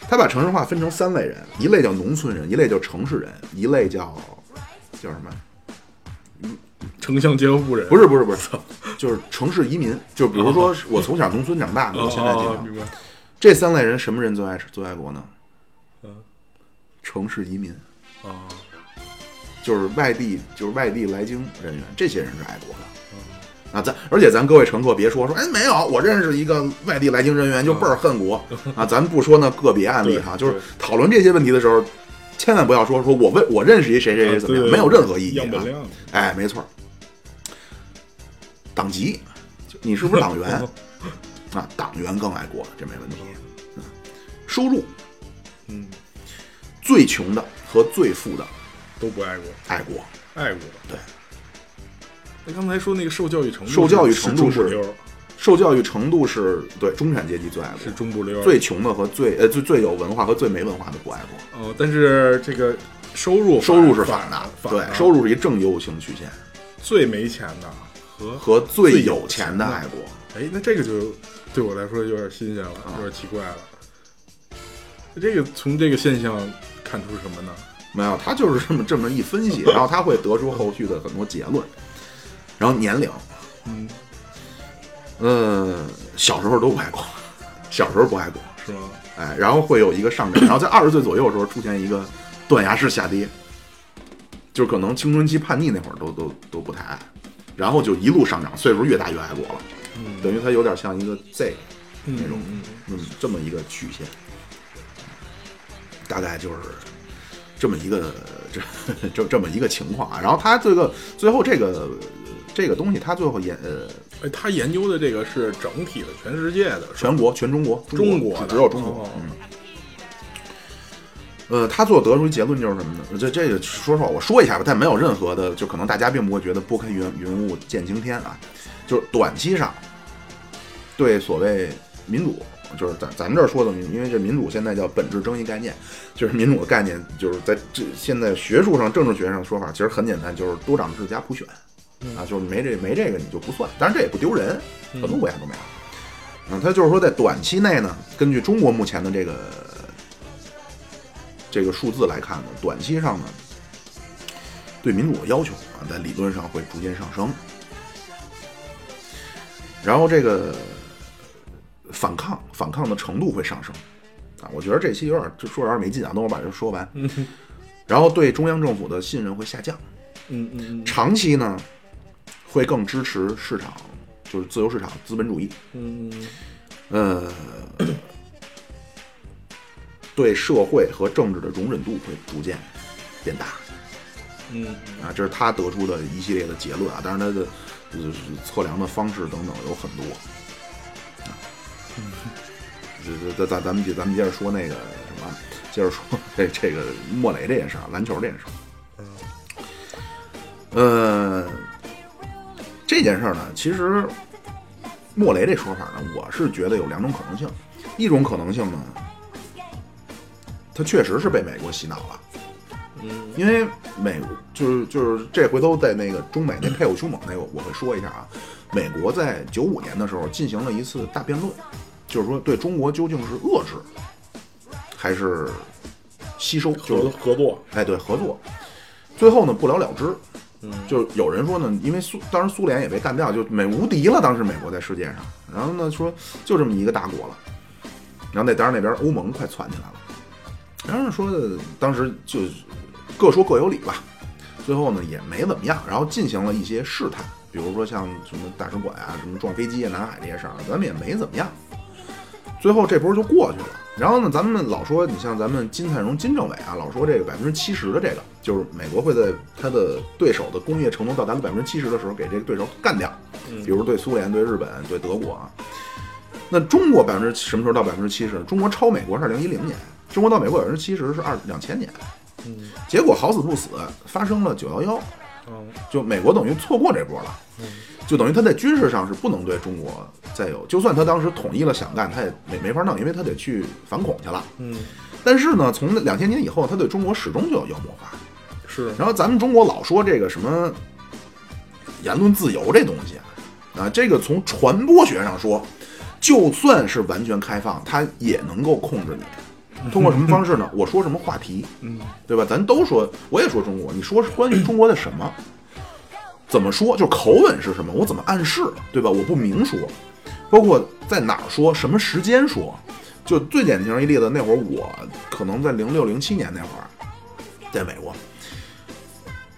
Speaker 1: 他把城市化分成三类人，一类叫农村人，一类叫城市人，一类叫叫什么？
Speaker 4: 城乡结合部人
Speaker 1: 不
Speaker 4: 是，
Speaker 1: 是不是不是，就是城市移民，啊就比如说我从小农村长大的，
Speaker 4: 哦
Speaker 1: 我现在这
Speaker 4: 哦，哦
Speaker 1: 样，
Speaker 4: 明白，
Speaker 1: 这三类人什么人最爱最爱国呢？
Speaker 4: 嗯，
Speaker 1: 城市移民
Speaker 4: 哦，
Speaker 1: 就是外地就是外地来京人员，这些人是爱国的。
Speaker 4: 嗯
Speaker 1: 啊，咱而且咱各位乘客别说说，哎，没有，我认识一个外地来京人员就倍儿恨国 啊。咱不说那个别案例哈，
Speaker 4: 嗯对
Speaker 1: 就是
Speaker 4: 对
Speaker 1: 讨论这些问题的时候，千万不要说说我问我认识一谁谁谁
Speaker 4: 啊
Speaker 1: 怎么样，
Speaker 4: 对对
Speaker 1: 没有任何意义
Speaker 4: 样本
Speaker 1: 啊。
Speaker 4: 量，
Speaker 1: 哎，没错儿，党籍，你是不是党员 啊？党员更爱国，这没问题。嗯收入
Speaker 4: 嗯，
Speaker 1: 最穷的和最富的
Speaker 4: 都不爱国，
Speaker 1: 爱国，
Speaker 4: 爱国，
Speaker 1: 对。
Speaker 4: 那刚才说那个受教育程度是，
Speaker 1: 受教育程度
Speaker 4: 是中不
Speaker 1: 是
Speaker 4: 溜儿，
Speaker 1: 受教育程度是对中产阶级最爱
Speaker 4: 是
Speaker 1: 国，
Speaker 4: 中不溜儿，
Speaker 1: 最穷的和最呃最最有文化和最没文化的不爱国。
Speaker 4: 哦，但是这个收入
Speaker 1: 收入是
Speaker 4: 反
Speaker 1: 反的，
Speaker 4: 反啊
Speaker 1: 对，收入是一正 U 型曲线，
Speaker 4: 最没钱的和
Speaker 1: 和最
Speaker 4: 最
Speaker 1: 有
Speaker 4: 有
Speaker 1: 钱
Speaker 4: 钱
Speaker 1: 的
Speaker 4: 的
Speaker 1: 爱国。
Speaker 4: 哎，那这个就对我来说有点新鲜了，
Speaker 1: 啊
Speaker 4: 有点奇怪了。这个从这个现象看出什么呢？
Speaker 1: 没有，他就是这么这么一分析，然后他会得出后续的很多结论。然后年龄，
Speaker 4: 嗯，
Speaker 1: 呃，小时候都不爱国，小时候不爱国，
Speaker 4: 是吗？
Speaker 1: 哎，然后会有一个上涨，然后在二十岁左右的时候出现一个断崖式下跌，就可能青春期叛逆那会儿都都都不太爱，然后就一路上涨，岁数越大越爱国了，
Speaker 4: 嗯
Speaker 1: 等于他有点像一个 Z
Speaker 4: 那
Speaker 1: 种
Speaker 4: 嗯
Speaker 1: 嗯，这么一个曲线，大概就是这么一个这这这么一个情况啊。然后他这个最后这个这个东西，他最后研呃
Speaker 4: 哎，他研究的这个是整体的，全世界的，是吧
Speaker 1: 全国全中国
Speaker 4: 中
Speaker 1: 国
Speaker 4: 国的
Speaker 1: 只有中国，
Speaker 4: 哦
Speaker 1: 嗯。呃，他最后得出一结论就是什么呢？这这个说实话，我说一下吧，但没有任何的，就可能大家并不会觉得拨开云云雾见青天啊。就是短期上，对所谓民主，就是咱咱们这儿说的民主，因为这民主现在叫本质争议概念，就是民主的概念，就是在这现在学术上、政治学上的说法，其实很简单，就是多党制加普选
Speaker 4: 嗯
Speaker 1: 啊，就是没这没这个你就不算，当然这也不丢人，很多国家都没有。嗯，他就是说在短期内呢，根据中国目前的这个这个数字来看呢，短期上呢，对民主的要求啊，在理论上会逐渐上升。然后这个反抗反抗的程度会上升啊，我觉得这期有点就说有点没劲啊，等我把这说完。然后对中央政府的信任会下降，
Speaker 4: 嗯嗯
Speaker 1: 长期呢会更支持市场，就是自由市场资本主义。
Speaker 4: 嗯嗯，
Speaker 1: 呃，对社会和政治的容忍度会逐渐变大
Speaker 4: 嗯，
Speaker 1: 啊，这是他得出的一系列的结论啊。当然，他的呃测量的方式等等有很多。啊这这咱咱咱们咱们接着说那个什么，接着说这这个莫雷这件事儿，篮球这件事儿。呃，这件事儿呢，其实莫雷这说法呢，我是觉得有两种可能性。一种可能性呢，他确实是被美国洗脑了，嗯，因为美国就是就是这回头在那个中美那配偶凶猛那个，我会说一下啊。美国在九五年的时候进行了一次大辩论，就是说对中国究竟是遏制还是吸收，就是
Speaker 4: 合合作，
Speaker 1: 哎，对，合作。最后呢，不了了之。
Speaker 4: 嗯，
Speaker 1: 就是有人说呢，因为苏当时苏联也被干掉，就美无敌了。当时美国在世界上，然后呢说就这么一个大国了，然后那当然那边欧盟快窜起来了，然后说的当时就各说各有理吧，最后呢也没怎么样，然后进行了一些试探，比如说像什么大使馆啊、什么撞飞机啊、南海这些事儿，咱们也没怎么样。最后这波就过去了。然后呢，咱们老说，你像咱们金灿荣、金政委啊，老说这个百分之七十的这个，就是美国会在它的对手的工业程度到达百分之七十的时候，给这个对手干掉，
Speaker 4: 嗯
Speaker 1: 比如对苏联、对日本、对德国啊。那中国百分之什么时候到百分之七十？中国超美国是二零一零年，中国到美国百分之七十是二两千年。
Speaker 4: 嗯
Speaker 1: 结果好死不死发生了九幺幺，
Speaker 4: 嗯
Speaker 1: 就美国等于错过这波了，就等于他在军事上是不能对中国再有，就算他当时统一了想干，他也没没法弄，因为他得去反恐去了。
Speaker 4: 嗯，
Speaker 1: 但是呢，从两千年以后，他对中国始终就有妖魔化。
Speaker 4: 是
Speaker 1: 然后咱们中国老说这个什么言论自由这东西啊，啊，这个从传播学上说，就算是完全开放，它也能够控制你。通过什么方式呢？我说什么话题，
Speaker 4: 嗯
Speaker 1: 对吧？咱都说，我也说中国，你说是关于中国的什么？怎么说？就是口吻是什么？我怎么暗示？对吧？我不明说，包括在哪儿说，什么时间说。就最典型一例子，那会儿我可能在零六零七年那会儿，在美国，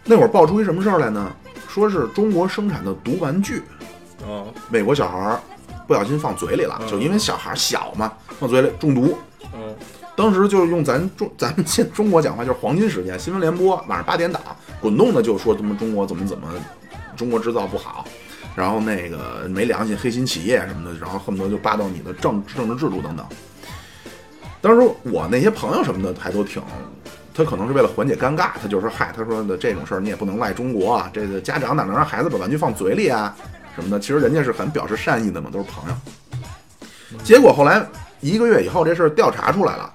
Speaker 1: 那会儿爆出一什么事儿来呢？说是中国生产的毒玩具，
Speaker 4: 啊
Speaker 1: 美国小孩儿不小心放嘴里了，
Speaker 4: 嗯
Speaker 1: 就因为小孩儿小嘛，放嘴里中毒，
Speaker 4: 嗯
Speaker 1: 当时就是用咱中咱们现中国讲话就是黄金时间，新闻联播晚上八点档，滚动的就说他们中国怎么怎么，中国制造不好，然后那个没良心黑心企业什么的，然后恨不得就扒到你的政政治制度等等。当时我那些朋友什么的还都挺，他可能是为了缓解尴尬，他就说嗨，他说的这种事儿你也不能赖中国啊，这个家长哪能让孩子把玩具放嘴里啊什么的，其实人家是很表示善意的嘛，都是朋友。结果后来一个月以后，这事儿调查出来了。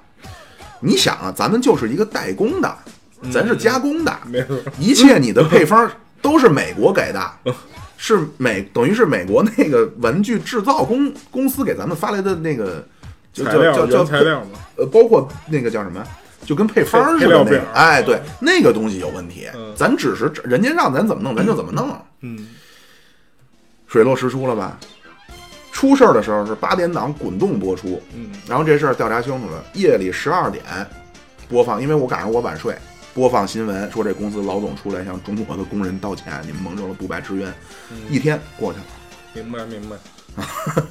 Speaker 1: 你想啊，咱们就是一个代工的，咱是加工的，
Speaker 4: 没错，
Speaker 1: 一切你的配方都是美国给的，
Speaker 4: 嗯
Speaker 1: 是美等于是美国那个玩具制造公公司给咱们发来的那个就
Speaker 4: 材
Speaker 1: 叫
Speaker 4: 料
Speaker 1: 叫叫
Speaker 4: 原材料嘛，
Speaker 1: 呃，包括那个叫什么，就跟配方儿
Speaker 4: 配
Speaker 1: 似的那
Speaker 4: 配料
Speaker 1: 个
Speaker 4: 表，
Speaker 1: 哎，对，那个东西有问题
Speaker 4: 嗯，
Speaker 1: 咱只是人家让咱怎么弄，咱就怎么弄，
Speaker 4: 嗯
Speaker 1: 水落石出了吧？出事儿的时候是八点档滚动播出，
Speaker 4: 嗯
Speaker 1: 然后这事儿调查清楚了，夜里十二点播放，因为我赶上我晚睡，播放新闻说这公司老总出来向中国的工人道歉，你们蒙受了不白之冤。
Speaker 4: 嗯
Speaker 1: 一天过去了，
Speaker 4: 明白明白，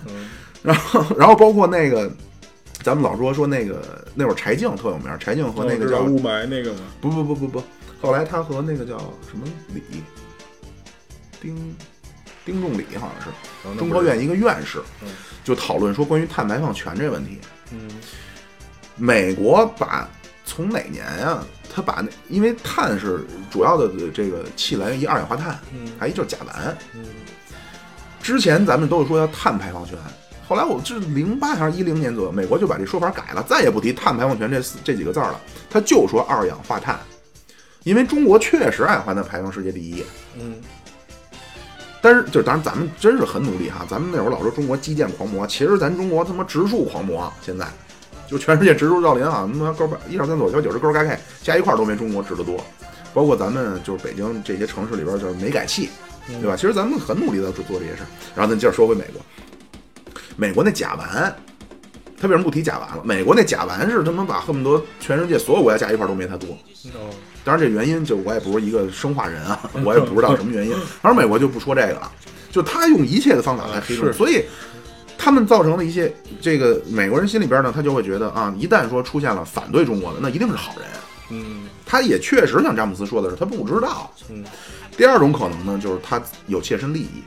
Speaker 4: 嗯
Speaker 1: 然后然后包括那个，咱们老说说那个那会儿柴静特有名，柴静和那个
Speaker 4: 知道
Speaker 1: 叫
Speaker 4: 哦雾霾那个嘛，
Speaker 1: 不不不不不，后来他和那个叫什么李丁丁仲礼好像是
Speaker 4: 然后哦那
Speaker 1: 中科
Speaker 4: 不是
Speaker 1: 院一个院士
Speaker 4: 嗯，
Speaker 1: 就讨论说关于碳排放权这问题。
Speaker 4: 嗯
Speaker 1: 美国把从哪年啊？他把那因为碳是主要的这个气来源一二氧化碳，
Speaker 4: 嗯
Speaker 1: 还一就是甲烷。
Speaker 4: 嗯
Speaker 1: 之前咱们都是说要碳排放权，后来我这零八还是一零年左右，美国就把这说法改了，再也不提碳排放权这四这几个字儿了，他就说二氧化碳，因为中国确实二氧化碳排放世界第一。
Speaker 4: 嗯
Speaker 1: 但是就是当然咱们真是很努力哈，咱们那会儿老说中国基建狂魔，其实咱中国他妈植树狂魔，现在就全世界植树造林啊，他妈勾八一二三左右九十勾嘎盖加一块儿都没中国植的多，包括咱们就是北京这些城市里边儿就是煤改气，
Speaker 4: 嗯
Speaker 1: 对吧？其实咱们很努力在做做这些事儿。然后咱接着说回美国，美国那甲烷，他为什么不提甲烷了？美国那甲烷是他妈把恨不得全世界所有国家加一块儿都没它多，
Speaker 4: 哦
Speaker 1: 当然这原因就我也不是一个生化人啊，我也不知道什么原因。反正美国就不说这个了，就他用一切的方法来黑
Speaker 4: 啊
Speaker 1: 中，
Speaker 4: 是
Speaker 1: 所以他们造成了一些这个美国人心里边呢，他就会觉得啊，一旦说出现了反对中国的，那一定是好人。
Speaker 4: 嗯
Speaker 1: 他也确实像詹姆斯说的是，他不知道。
Speaker 4: 嗯，
Speaker 1: 第二种可能呢，就是他有切身利益。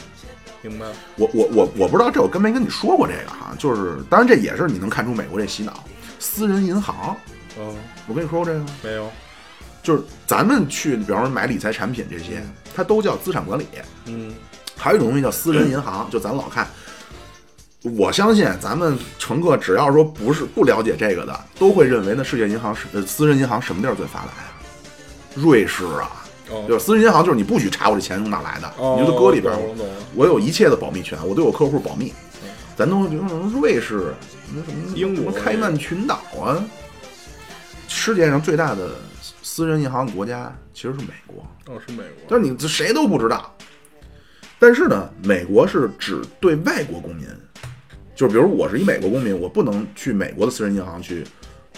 Speaker 4: 明白，
Speaker 1: 我我我我不知道这我跟没跟你说过这个哈，就是当然这也是你能看出美国这洗脑，私人银行，
Speaker 4: 哦
Speaker 1: 我跟你说过这个吗？
Speaker 4: 没有，
Speaker 1: 就是咱们去，比方说买理财产品这些，它都叫资产管理。
Speaker 4: 嗯
Speaker 1: 还有一种东西叫私人银行，就咱老看。我相信咱们乘客只要说不是不了解这个的，都会认为那世界银行是呃私人银行什么地儿最发达呀？瑞士啊，就
Speaker 4: 哦
Speaker 1: 是私人银行就是你不许查我这钱从哪来的，
Speaker 4: 哦，
Speaker 1: 你就搁里边儿。
Speaker 4: 懂了懂了，
Speaker 1: 我有一切的保密权，我对我客户保密。嗯咱都觉得什么瑞士、什么什么
Speaker 4: 英国
Speaker 1: 什么开曼群岛啊，世界上最大的私人银行国家其实是美国，
Speaker 4: 哦，是美国，
Speaker 1: 但是你这谁都不知道。但是呢，美国是只对外国公民，就是比如我是一美国公民，我不能去美国的私人银行去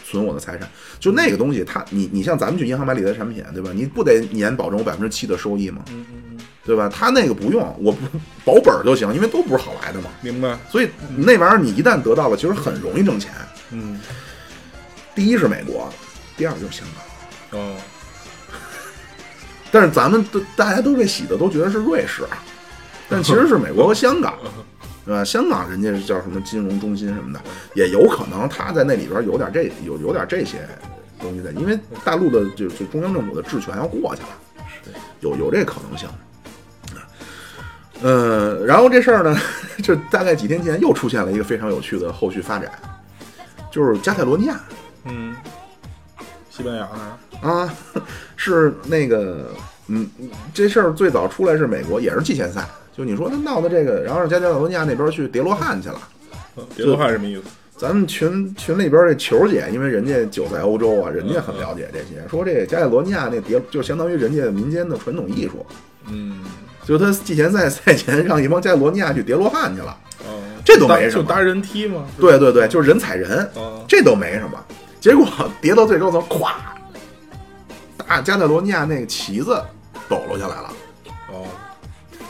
Speaker 1: 存我的财产。就那个东西，它你你像咱们去银行买理财产品，对吧？你不得年保证我百分之七的收益吗？
Speaker 4: 嗯嗯嗯，
Speaker 1: 对吧？他那个不用，我不保本儿就行，因为都不是好来的嘛。
Speaker 4: 明白，
Speaker 1: 所以那玩意儿你一旦得到了，其实很容易挣钱。
Speaker 4: 嗯，
Speaker 1: 第一是美国，第二就是香港。
Speaker 4: 哦，
Speaker 1: 但是咱们都大家都被洗的都觉得是瑞士，啊但其实是美国和香港，对吧？香港人家是叫什么金融中心什么的，也有可能他在那里边有点这有有点这些东西在，因为大陆的就就中央政府的治权要过去了，有有这可能性。呃，然后这事儿呢， 就大概几天前又出现了一个非常有趣的后续发展，就是加泰罗尼亚
Speaker 4: 嗯，西班牙呢？
Speaker 1: 啊， 是那个，嗯，这事儿最早出来是美国，也是季前赛。就你说他闹的这个，然后让加泰罗尼亚那边去叠罗汉去了。
Speaker 4: 嗯别的话是什么意思？
Speaker 1: 咱们群群里边这球姐，因为人家久在欧洲啊，人家很了解这些，说这加泰罗尼亚那叠就相当于人家民间的传统艺术。
Speaker 4: 嗯，
Speaker 1: 就他季前赛 赛前让一帮加泰罗尼亚去叠罗汉去了。
Speaker 4: 哦，
Speaker 1: 这都没
Speaker 4: 搭
Speaker 1: 什么
Speaker 4: 就搭人梯吗？是吧
Speaker 1: 对对对，就是人踩人，
Speaker 4: 哦，
Speaker 1: 这都没什么。结果 叠到最高层，咵，大加泰罗尼亚那个旗子抖落下来了。
Speaker 4: 哦，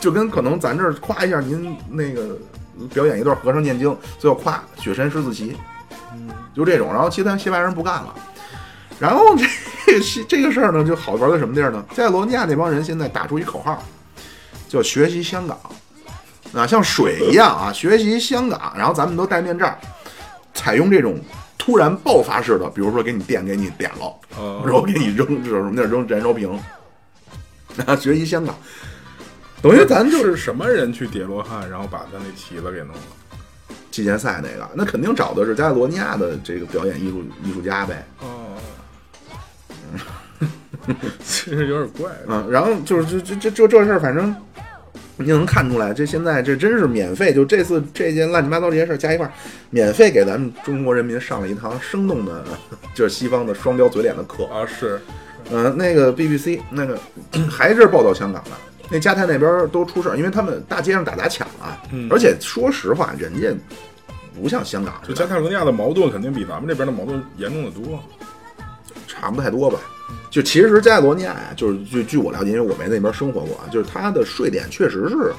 Speaker 1: 就跟可能咱这儿夸一下您那个表演一段和尚念经，最后夸雪山狮子旗，
Speaker 4: 嗯，
Speaker 1: 就这种。然后其他西班牙人不干了，然后这西这个事儿呢就好玩到什么地儿呢？在罗尼亚那帮人现在打出一口号，叫学习香港啊，像水一样啊，学习香港。然后咱们都戴面罩，采用这种突然爆发式的，比如说给你电给你点了。
Speaker 4: 哦，
Speaker 1: 然后给你扔这种什么叫扔燃烧瓶，啊，学习香港，等于咱就是
Speaker 4: 是什么人去叠罗汉，然后把他那旗子给弄了？
Speaker 1: 季前赛那个，那肯定找的是加泰罗尼亚的这个表演艺术艺术家呗，
Speaker 4: 哦，嗯其实有点怪，
Speaker 1: 嗯，然后就是这这这这事儿，反正你就能看出来，这现在这真是免费，就这次这件乱七八糟这些事儿加一块儿，免费给咱们中国人民上了一堂生动的，就是西方的双标嘴脸的课。
Speaker 4: 啊，是，
Speaker 1: 嗯、那个 BBC 那个 还是报道香港的，那加泰那边儿都出事儿，因为他们大街上打砸抢啊，
Speaker 4: 嗯
Speaker 1: 而且说实话，人家不像香港似
Speaker 4: 就
Speaker 1: 的，
Speaker 4: 加泰罗尼亚的矛盾肯定比咱们这边的矛盾严重的多。
Speaker 1: 差不太多吧。就其实加泰罗尼亚呀，就是据据我了解，因为我没那边生活过啊，就是它的税点确实是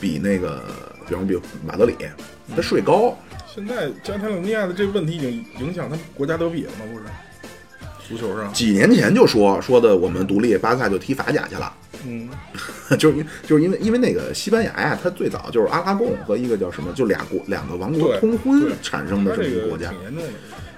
Speaker 1: 比那个，比方比马德里，它税高，
Speaker 4: 现在加泰罗尼亚的这个问题已经影响他们国家德比了吗？不是，足球上，
Speaker 1: 几年前就说说的我们独立，巴萨就踢法甲去了，
Speaker 4: 嗯，
Speaker 1: 就是因就是因为因为那个西班牙呀，它最早就是阿拉贡和一个叫什么，就俩国两个王国
Speaker 4: 对
Speaker 1: 通婚
Speaker 4: 对
Speaker 1: 产生
Speaker 4: 他
Speaker 1: 的这么
Speaker 4: 这
Speaker 1: 一个
Speaker 4: 个
Speaker 1: 国家
Speaker 4: 挺，严重的，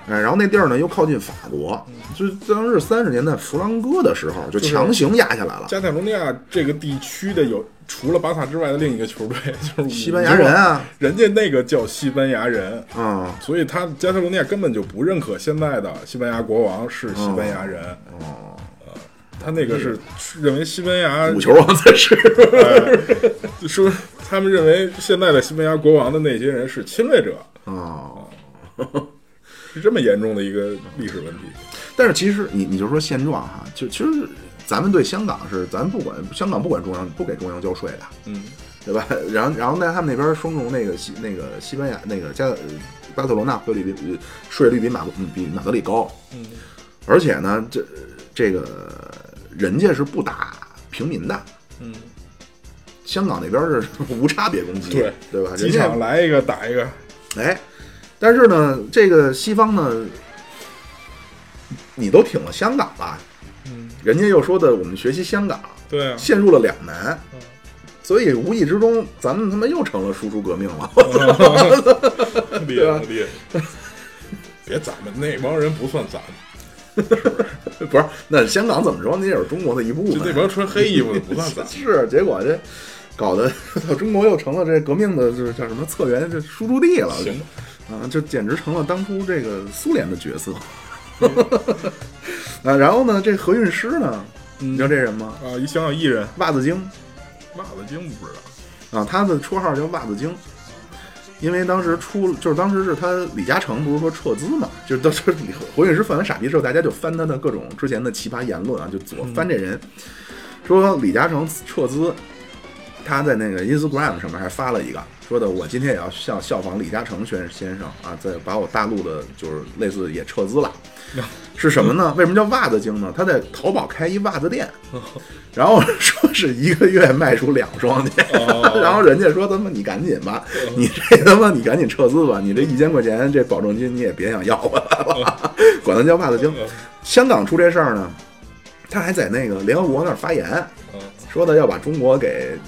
Speaker 1: 哎，然后那地儿呢又靠近法国，就是当时三十年代弗朗哥的时候就
Speaker 4: 就是
Speaker 1: 强行压下来了。
Speaker 4: 加泰罗尼亚这个地区的有除了巴萨之外的另一个球队就是
Speaker 1: 西班牙人，啊，
Speaker 4: 人家那个叫西班牙人。
Speaker 1: 嗯，
Speaker 4: 所以他加泰罗尼亚根本就不认可现在的西班牙国王是西班牙人，呃
Speaker 1: 哦，
Speaker 4: 他那个是认为西班牙
Speaker 1: 五球王啊才是，
Speaker 4: 就说他们认为现在的西班牙国王的那些人是侵略者，
Speaker 1: 哦，
Speaker 4: 是这么严重的一个历史问题。
Speaker 1: 但是其实你你就说现状哈，就其实咱们对香港是，咱不管香港不管中央不给中央交税的，
Speaker 4: 嗯，
Speaker 1: 对吧？ 然后然后在他们那边双重那个西那个西班牙那个加呃巴塞罗那汇率比税率比马嗯比马德里高，
Speaker 4: 嗯，
Speaker 1: 而且呢这这个人家是不打平民的，
Speaker 4: 嗯，
Speaker 1: 香港那边是无差别攻击，
Speaker 4: 对
Speaker 1: 对吧？
Speaker 4: 机
Speaker 1: 人
Speaker 4: 场
Speaker 1: 家
Speaker 4: 来一个打一个，
Speaker 1: 哎，但是呢，这个西方呢，你都挺了香港吧，
Speaker 4: 嗯，
Speaker 1: 人家又说的我们学习香港，
Speaker 4: 对 啊，
Speaker 1: 陷入了两难
Speaker 4: 嗯，
Speaker 1: 所以无意之中咱们他妈又成了输出革命了。
Speaker 4: 厉害厉害。 别咱们那帮人不算咱们，
Speaker 1: 不是，那香港怎么着，那也是中国的一部分。
Speaker 4: 就
Speaker 1: 啊
Speaker 4: 那帮穿黑衣服的不算咱们。
Speaker 1: 是，结果这搞得 到中国又成了这革命的，就是叫什么策源，这输出地了。
Speaker 4: 行吧，
Speaker 1: 啊，这简直成了当初这个苏联的角色。
Speaker 4: 嗯
Speaker 1: 啊，然后呢，这何韵诗呢，你
Speaker 4: 你
Speaker 1: 知道这人吗？
Speaker 4: 啊，一想想艺人
Speaker 1: 袜子精啊
Speaker 4: 袜子精不知道，
Speaker 1: 啊，他的绰号叫袜子精。因为当时出就是当时是他李嘉诚不是说撤资嘛，就是当时李胡运石犯完傻逼之后，大家就翻他的各种之前的奇葩言论啊，就左翻这人，说李嘉诚撤资，他在那个 Instagram 上面还发了一个。说的我今天也要效效仿李嘉诚先先生啊，再把我大陆的，就是类似也撤资了，是什么呢？为什么叫袜子精呢？他在淘宝开一袜子店，然后说是一个月卖出两双去，
Speaker 4: 哦
Speaker 1: 然后人家说他妈你赶紧吧，你这他妈你赶紧撤资吧，你这一千块钱这保证金你也别想要回来了， 管他叫袜子精。
Speaker 4: 嗯
Speaker 1: 香港出这事儿呢，他还在那个联合国那儿发言，
Speaker 4: 嗯
Speaker 1: 说的要把中国给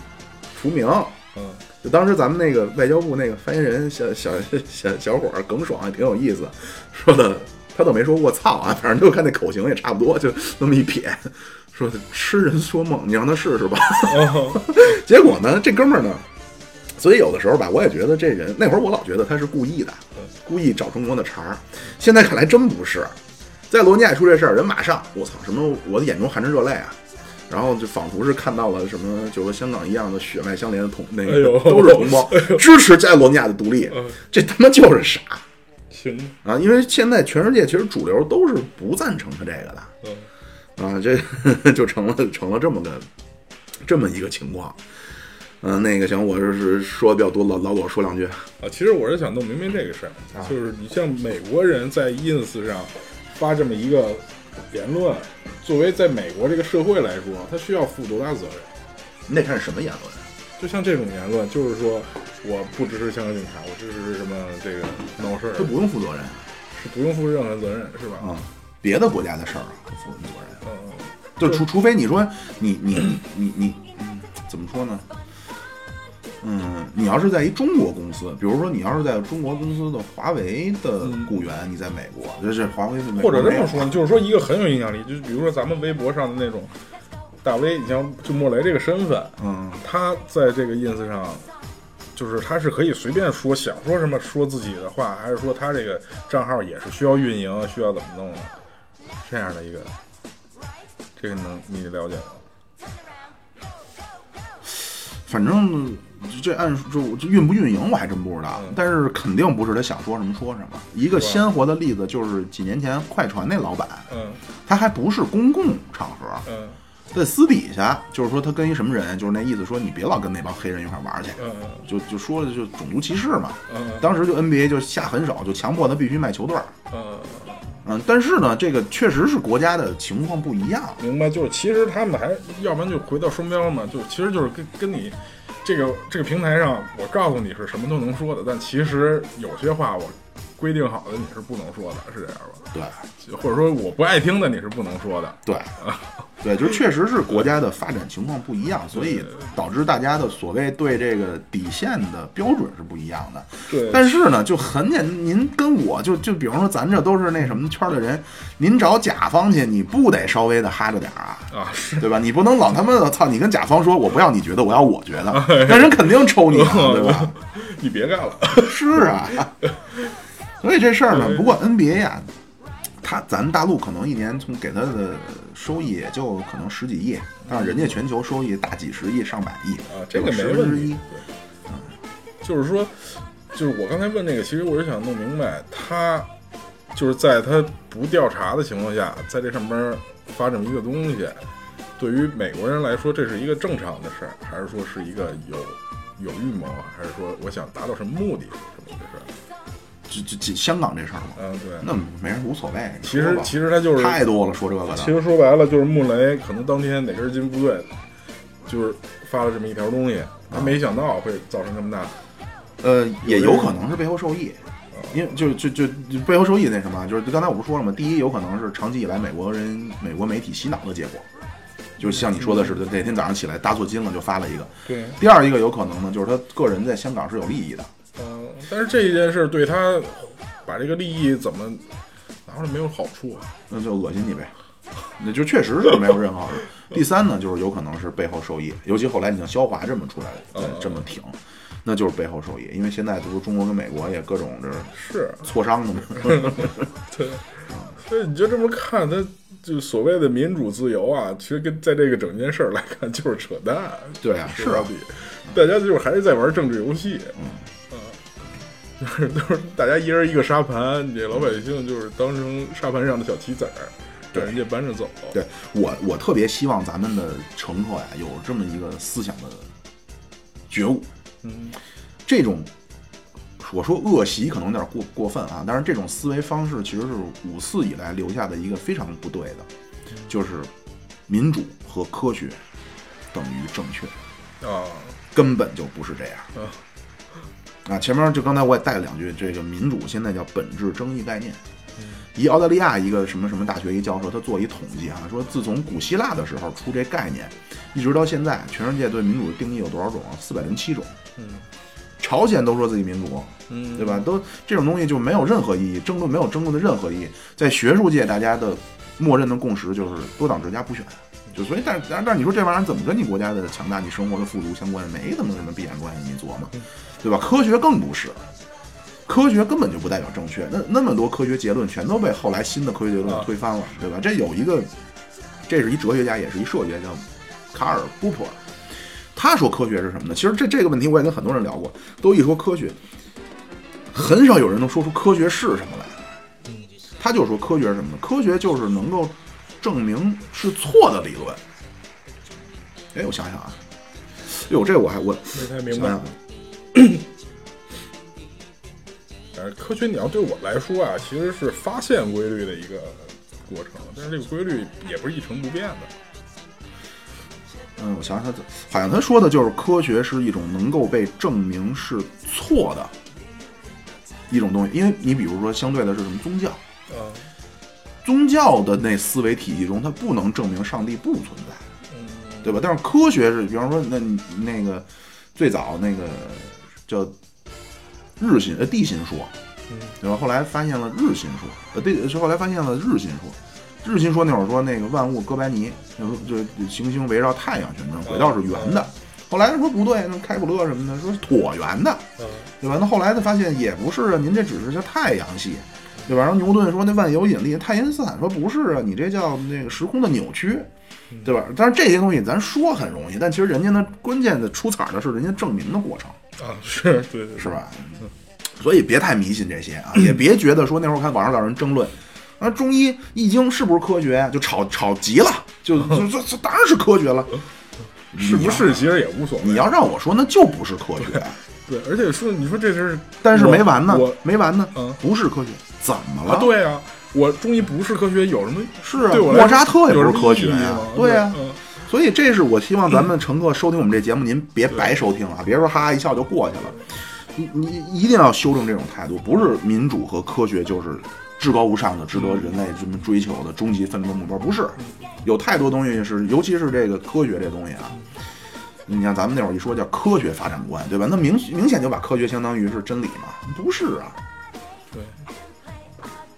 Speaker 1: 除名。
Speaker 4: 嗯
Speaker 1: 就当时咱们那个外交部那个发言人小小小小伙儿耿爽还挺有意思，说的他倒没说我操啊，反正就看那口型也差不多，就那么一撇，说的痴人说梦，你让他试试吧。 结果呢，这哥们儿呢，所以有的时候吧，我也觉得这人那会儿我老觉得他是故意的，故意找中国的茬儿。现在看来真不是，在罗尼亚出这事儿，人马上我操什么，我的眼中含着热泪啊！然后就仿佛是看到了什么，就和香港一样的血脉相连的同那
Speaker 4: 哎
Speaker 1: 个、
Speaker 4: 呦
Speaker 1: 都是同胞，支持加罗尼亚的独立，
Speaker 4: 嗯，
Speaker 1: 这他妈就是傻
Speaker 4: 行，
Speaker 1: 啊！因为现在全世界其实主流都是不赞成他这个的，
Speaker 4: 嗯
Speaker 1: 啊，这 就成了成了这么个这么一个情况。嗯、那个行，我就是说的比较多，老老左说两句。
Speaker 4: 啊，其实我是想弄明白这个事儿，
Speaker 1: 啊
Speaker 4: 就是你像美国人在 ins 上发这么一个言论，作为在美国这个社会来说，他需要负多大责任？
Speaker 1: 你得看是什么言论，啊
Speaker 4: 就像这种言论，就是说我不支持香港警察，我支持什么这个闹事儿，
Speaker 1: 他不用负责任
Speaker 4: 是不用负任何责任，是吧？
Speaker 1: 啊，别的国家的事儿啊，不负什么责任。
Speaker 4: 嗯嗯
Speaker 1: 就除除非你说你你你你你、嗯怎么说呢？嗯，你要是在一中国公司，比如说你要是在中国公司的华为的雇员，你在美国，就是华为是美
Speaker 4: 嗯或
Speaker 1: 国
Speaker 4: 者这么
Speaker 1: 没
Speaker 4: 说，
Speaker 1: 有啊
Speaker 4: 就是说一个很有影响力，就是比如说咱们微博上的那种大 V，你像就莫雷这个身份，啊
Speaker 1: 嗯，
Speaker 4: 他在这个 ins 上，就是他是可以随便说想说什么说自己的话，还是说他这个账号也是需要运营，需要怎么弄的，这样的一个，这个能你了解吗？
Speaker 1: 反正这按就这运不运营我还真不知道
Speaker 4: 嗯，
Speaker 1: 但是肯定不是他想说什么说什么。一个
Speaker 4: 是吧
Speaker 1: 鲜活的例子就是几年前快船那老板，
Speaker 4: 嗯
Speaker 1: 他还不是公共场合，
Speaker 4: 嗯
Speaker 1: 在私底下就是说他跟一什么人，就是那意思说你别老跟那帮黑人一块玩去，
Speaker 4: 嗯
Speaker 1: 就就说的就种族歧视嘛。
Speaker 4: 嗯嗯
Speaker 1: 当时就 NBA 就下狠手，就强迫他必须卖球队儿。
Speaker 4: 嗯，
Speaker 1: 嗯，但是呢，这个确实是国家的情况不一样。
Speaker 4: 明白，就是其实他们还要不然就回到双标嘛，就其实就是跟跟你。这个这个平台上，我告诉你是什么都能说的，但其实有些话我规定好的你是不能说的，是这样吧？
Speaker 1: 对
Speaker 4: 或者说我不爱听的你是不能说的，
Speaker 1: 对对，就确实是国家的发展情况不一样，所以导致大家的所谓对这个底线的标准是不一样的。
Speaker 4: 对
Speaker 1: 但是呢，就很简，您跟我就就比方说咱这都是那什么圈儿的人，您找甲方去，你不得稍微的哈着点儿啊？
Speaker 4: 啊，是
Speaker 1: 对吧？你不能老他妈的操！你跟甲方说，我不要你觉得，我要我觉得，那人肯定抽你啊， 对吧？
Speaker 4: 你别干了。
Speaker 1: 是 啊，所以这事儿呢，不过 NBA 呀、他咱们大陆可能一年从给他的收益也就可能十几亿，但是人家全球收益大几十亿、上百亿
Speaker 4: 啊，这个没
Speaker 1: 十
Speaker 4: 问
Speaker 1: 分之
Speaker 4: 题
Speaker 1: 一。
Speaker 4: 就是说，就是我刚才问这个，其实我是想弄明白，他就是在他不调查的情况下，在这上边发这么一个东西，对于美国人来说，这是一个正常的事儿，还是说是一个有有预谋啊，还是说我想达到什么目的什么的事
Speaker 1: 这这这香港这事儿嘛，
Speaker 4: 儿？嗯，对，
Speaker 1: 那没人无所谓。你
Speaker 4: 其
Speaker 1: 说
Speaker 4: 实
Speaker 1: 吧
Speaker 4: 其实他就是
Speaker 1: 太多了，说这个
Speaker 4: 其
Speaker 1: 的，
Speaker 4: 实说白了，就是穆雷可能当天哪根筋不对，就是发了这么一条东西，他没想到会造成这么大。
Speaker 1: 呃，也有可能是背后受益。
Speaker 4: 啊
Speaker 1: 因为就就就就背后受益那什么，就是刚才我不是说了吗？第一，有可能是长期以来美国人、美国媒体洗脑的结果，就像你说的
Speaker 4: 嗯
Speaker 1: 似的，哪天早上起来搭错筋了就发了一个。
Speaker 4: 对，
Speaker 1: 第二一个有可能呢，就是他个人在香港是有利益的，
Speaker 4: 嗯、但是这一件事对他把这个利益怎么拿出来没有好处啊？
Speaker 1: 那就恶心你呗，那就确实是没有任何好处。第三呢，就是有可能是背后受益，尤其后来你像肖华这么出来，再
Speaker 4: 嗯嗯
Speaker 1: 这么挺，那就是背后受益，因为现在不是中国跟美国也各种这
Speaker 4: 是，
Speaker 1: 磋商的嘛。
Speaker 4: 对，所以你就这么看，他就所谓的民主自由啊，其实跟在这个整件事儿来看就是扯淡。
Speaker 1: 对啊，是
Speaker 4: 到
Speaker 1: 啊，嗯
Speaker 4: 底，大家就是还是在玩政治游戏。嗯 就是都是大家一人一个沙盘，你这老百姓就是当成沙盘上的小棋子儿，
Speaker 1: 对
Speaker 4: 让人家搬着走。
Speaker 1: 对我，我特别希望咱们的城头呀有这么一个思想的觉悟。
Speaker 4: 嗯，
Speaker 1: 这种我说恶习可能有点过过分啊，但是这种思维方式其实是五四以来留下的一个非常不对的，就是民主和科学等于正确，
Speaker 4: 啊
Speaker 1: 根本就不是这样。
Speaker 4: 啊，
Speaker 1: 啊，前面就刚才我也带了两句，这个民主现在叫本质争议概念。一澳大利亚一个什么什么大学一教授，他做一统计哈、说自从古希腊的时候出这概念，一直到现在，全世界对民主的定义有多少种啊？四百零七种。
Speaker 4: 嗯
Speaker 1: 朝鲜都说自己民主，
Speaker 4: 嗯，
Speaker 1: 对吧？都这种东西就没有任何意义，争论没有争论的任何意义。在学术界，大家的默认的共识就是多党制家不选，就所以，但是但是但是你说这玩意儿怎么跟你国家的强大、你生活的富足相关？没怎么什么必然关系，你琢
Speaker 4: 嗯
Speaker 1: 磨，对吧？科学更不是。科学根本就不代表正确，那那么多科学结论全都被后来新的科学结论
Speaker 4: 啊
Speaker 1: 推翻了，对吧？这有一个，这是一哲学家，也是一社学家，卡尔布普尔，他说科学是什么呢？其实这这个问题我也跟很多人聊过，都一说科学，很少有人能说出科学是什么来。他就说科学是什么呢？科学就是能够证明是错的理论。哎，我想想啊，哟，这我还我
Speaker 4: 没太明
Speaker 1: 想
Speaker 4: 白。
Speaker 1: 想啊
Speaker 4: 但是哎科学，你要对我来说啊，其实是发现规律的一个过程，但是这个规律也不是一成不变的。
Speaker 1: 嗯，我想想，他怎好像他说的就是科学是一种能够被证明是错的一种东西，因为你比如说相对的是什么宗教，
Speaker 4: 啊，
Speaker 1: 宗教的那思维体系中，它不能证明上帝不存在，
Speaker 4: 嗯，
Speaker 1: 对吧？但是科学是，比方说那那个最早那个叫日心呃地心说，对吧？后来发现了日心说，呃对，是后来发现了日心说。日心说那会儿说那个万物哥白尼，那时候就就行星围绕太阳旋转，轨道是圆的。后来说不对，那开普勒什么的说是椭圆的，
Speaker 4: 嗯
Speaker 1: 对吧？那后来他发现也不是啊，您这只是叫太阳系，对吧？然后牛顿说那万有引力，爱因斯坦说不是啊，你这叫那个时空的扭曲，对吧？但是这些东西咱说很容易，但其实人家呢，关键的出彩儿的是人家证明的过程，
Speaker 4: 啊， 是对对
Speaker 1: 是？吧？所以别太迷信这些啊，也别觉得说那会儿我看网上老有人争论。啊，中医易经是不是科学？啊就吵吵急了，就就这这当然是科学 了。
Speaker 4: 是不是其实也无所谓。
Speaker 1: 你要让我说，那就不是科学。啊
Speaker 4: 对，而且说你说这事儿，
Speaker 1: 但是没完呢
Speaker 4: 我我，
Speaker 1: 没完呢
Speaker 4: 嗯，
Speaker 1: 不是科学，怎么
Speaker 4: 啊，
Speaker 1: 了？
Speaker 4: 对啊，我中医不是科学，有什么
Speaker 1: 是啊
Speaker 4: 对我
Speaker 1: 莫扎特也不是科学
Speaker 4: 呀、
Speaker 1: 呀对
Speaker 4: 呀
Speaker 1: 啊、所以这是我希望
Speaker 4: 嗯
Speaker 1: 咱们乘客收听我们这节目，您别白收听啊，别说哈哈一笑就过去了。你你一定要修正这种态度，不是民主和科学就是至高无上的、值得人类这么追求的终极奋斗目标，不是。有太多东西是，尤其是这个科学这东西啊，你像咱们那会儿一说叫科学发展观，对吧？那明明显就把科学相当于是真理嘛，不是啊？
Speaker 4: 对。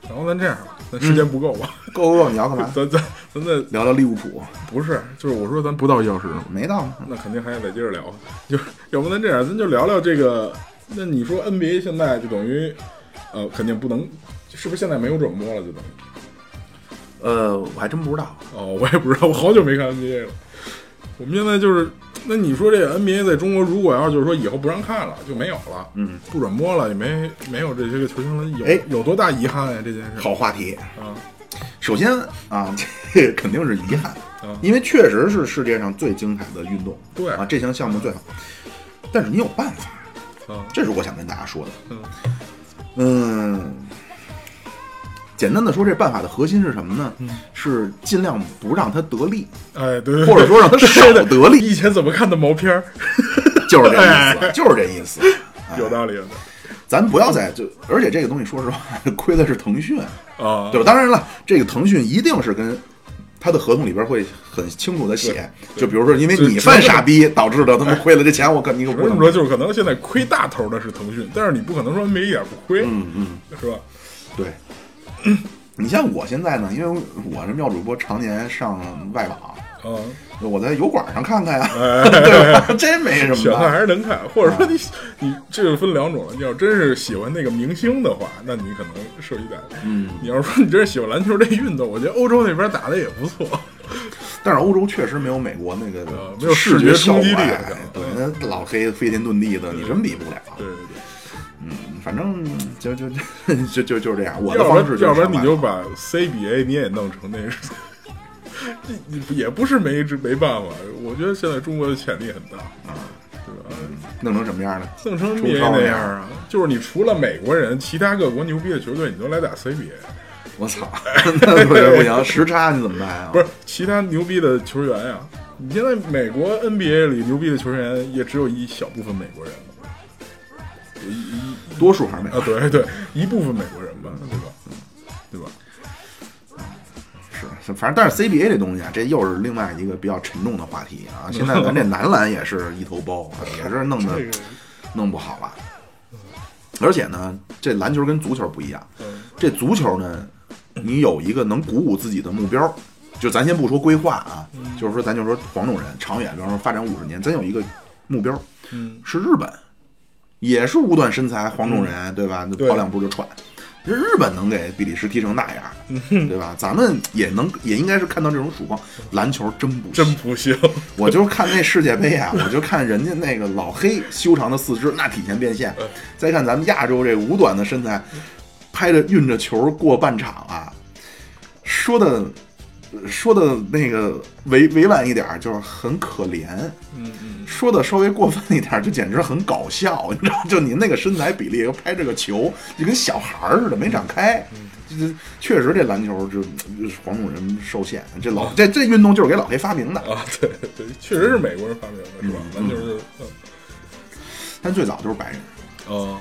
Speaker 4: 然后咱这样吧，咱时
Speaker 1: 嗯
Speaker 4: 间不够吧？？
Speaker 1: 够够够，你要干嘛
Speaker 4: 咱咱咱再
Speaker 1: 聊聊利物浦，
Speaker 4: 不是，就是我说咱不到一小时吗？
Speaker 1: 没到吗？
Speaker 4: 那肯定还得接着聊，啊就是要不咱这样，咱就聊聊这个。那你说 NBA 现在就等于，呃，肯定不能，是不是现在没有转播了？就等于
Speaker 1: 呃，我还真不知道。
Speaker 4: 哦，我也不知道，我好久没看 NBA 了。我们现在就是，那你说这个 NBA 在中国，如果要就是说以后不让看了，就没有了，
Speaker 1: 嗯，
Speaker 4: 不转播了，也没没有这些个球星了，有、
Speaker 1: 哎
Speaker 4: 有多大遗憾呀、这件事
Speaker 1: 好话题，
Speaker 4: 啊，
Speaker 1: 首先啊，这肯定是遗憾
Speaker 4: 嗯，
Speaker 1: 因为确实是世界上最精彩的运动，
Speaker 4: 对
Speaker 1: 啊，这项项目最好。但是你有办法，
Speaker 4: 啊，
Speaker 1: 这是我想跟大家说的。
Speaker 4: 嗯
Speaker 1: 嗯，简单的说，这办法的核心是什么呢？
Speaker 4: 嗯
Speaker 1: 是尽量不让他得利，
Speaker 4: 哎，对对对，
Speaker 1: 或者说让他少
Speaker 4: 对的
Speaker 1: 得利
Speaker 4: 以前怎么看的毛片儿，
Speaker 1: 就是这意 思，就是这意思。哎
Speaker 4: 有道理的
Speaker 1: 咱不要再就，而且这个东西，说实话，亏的是腾讯。
Speaker 4: 啊，
Speaker 1: 对吧？当然了，这个腾讯一定是跟他的合同里边会很清楚的写，
Speaker 4: 对对
Speaker 1: 就比如说因为
Speaker 4: 就
Speaker 1: 你
Speaker 4: 只
Speaker 1: 犯
Speaker 4: 能这
Speaker 1: 傻
Speaker 4: 么
Speaker 1: 逼导致的他们亏了这钱，我可你可
Speaker 4: 我
Speaker 1: 不
Speaker 4: 这
Speaker 1: 能
Speaker 4: 么说，就是可能现在亏大头的是腾讯，但是你不可能说 NBA 一点不亏，
Speaker 1: 嗯嗯，
Speaker 4: 是吧？
Speaker 1: 对。你像我现在呢，因为我是妙主播，常年上外网，
Speaker 4: 嗯，
Speaker 1: 我在油管上看看 呀，对吧？这没什么啊
Speaker 4: 选
Speaker 1: 吧
Speaker 4: 哎看还是能看，或者说你你这个分两种了。你要真是喜欢那个明星的话，那你可能受益大。嗯，你要说你真是喜欢篮球这运动，我觉得欧洲那边打的也不错。
Speaker 1: 但是欧洲确实没有美国那个
Speaker 4: 呃没有
Speaker 1: 视
Speaker 4: 视
Speaker 1: 觉
Speaker 4: 觉
Speaker 1: 效
Speaker 4: 冲
Speaker 1: 果
Speaker 4: 击力啊
Speaker 1: 呀
Speaker 4: 好
Speaker 1: 对，
Speaker 4: 像
Speaker 1: 那老黑飞天遁地的，你真比不了。
Speaker 4: 对对对，
Speaker 1: 反正就就就就就这样。我的
Speaker 4: 要不
Speaker 1: 方式就
Speaker 4: 然
Speaker 1: 是
Speaker 4: 要不然你
Speaker 1: 上
Speaker 4: 就
Speaker 1: 班
Speaker 4: 把 CBA 你也弄成那个，你你也不是没没办法。我觉得现在中国的潜力很大，对吧？
Speaker 1: 弄成什么样呢？
Speaker 4: 弄成
Speaker 1: 中
Speaker 4: NBA
Speaker 1: 超
Speaker 4: 那
Speaker 1: 那
Speaker 4: 样
Speaker 1: 样
Speaker 4: 啊，就是你除了美国人，其他各国牛逼的球队你都来打 CBA，
Speaker 1: 我操，那不行不行，时差你怎么办啊？
Speaker 4: 不是其他牛逼的球员呀、你现在美国 NBA 里牛逼的球员也只有一小部分美国人了，有一一
Speaker 1: 多数还是没
Speaker 4: 啊，对对，一部分美国人吧，对吧？嗯对吧？
Speaker 1: 是，反正但是 CBA 这东西啊，这又是另外一个比较沉重的话题啊。现在咱这男篮也是一头包，啊也是弄的
Speaker 4: 这个
Speaker 1: 弄不好了。而且呢，这篮球跟足球不一样，
Speaker 4: 嗯
Speaker 1: 这足球呢，你有一个能鼓舞自己的目标，就咱先不说规划啊，
Speaker 4: 嗯
Speaker 1: 就是说咱就说黄种人长远，比方说发展五十年，咱有一个目标
Speaker 4: 嗯，
Speaker 1: 是日本，也是五短身材黄种人，对吧？那
Speaker 4: 嗯对
Speaker 1: 跑两步就喘。这日本能给比利时踢成那
Speaker 4: 嗯
Speaker 1: 样，对吧？咱们也能也应该是看到这种曙光。篮球真不行
Speaker 4: 真不行，
Speaker 1: 我就看那世界杯啊，我就看人家那个老黑修长的四肢，那体前变现
Speaker 4: 嗯。
Speaker 1: 再看咱们亚洲这五短的身材，拍着运着球过半场啊，说的说的那个委委婉一点儿，就是很可怜；
Speaker 4: 嗯嗯，
Speaker 1: 说的稍微过分一点儿，就简直很搞笑。你知道，就您那个身材比例，拍这个球就跟小孩儿似的，没长开。这确实，这篮球就就黄种人受限。这老这这运动就是给老黑发明的。
Speaker 4: 啊，对对，确实是美国人发明的，是吧？
Speaker 1: 嗯
Speaker 4: 篮球是，嗯
Speaker 1: 但最早就是白人，
Speaker 4: 哦，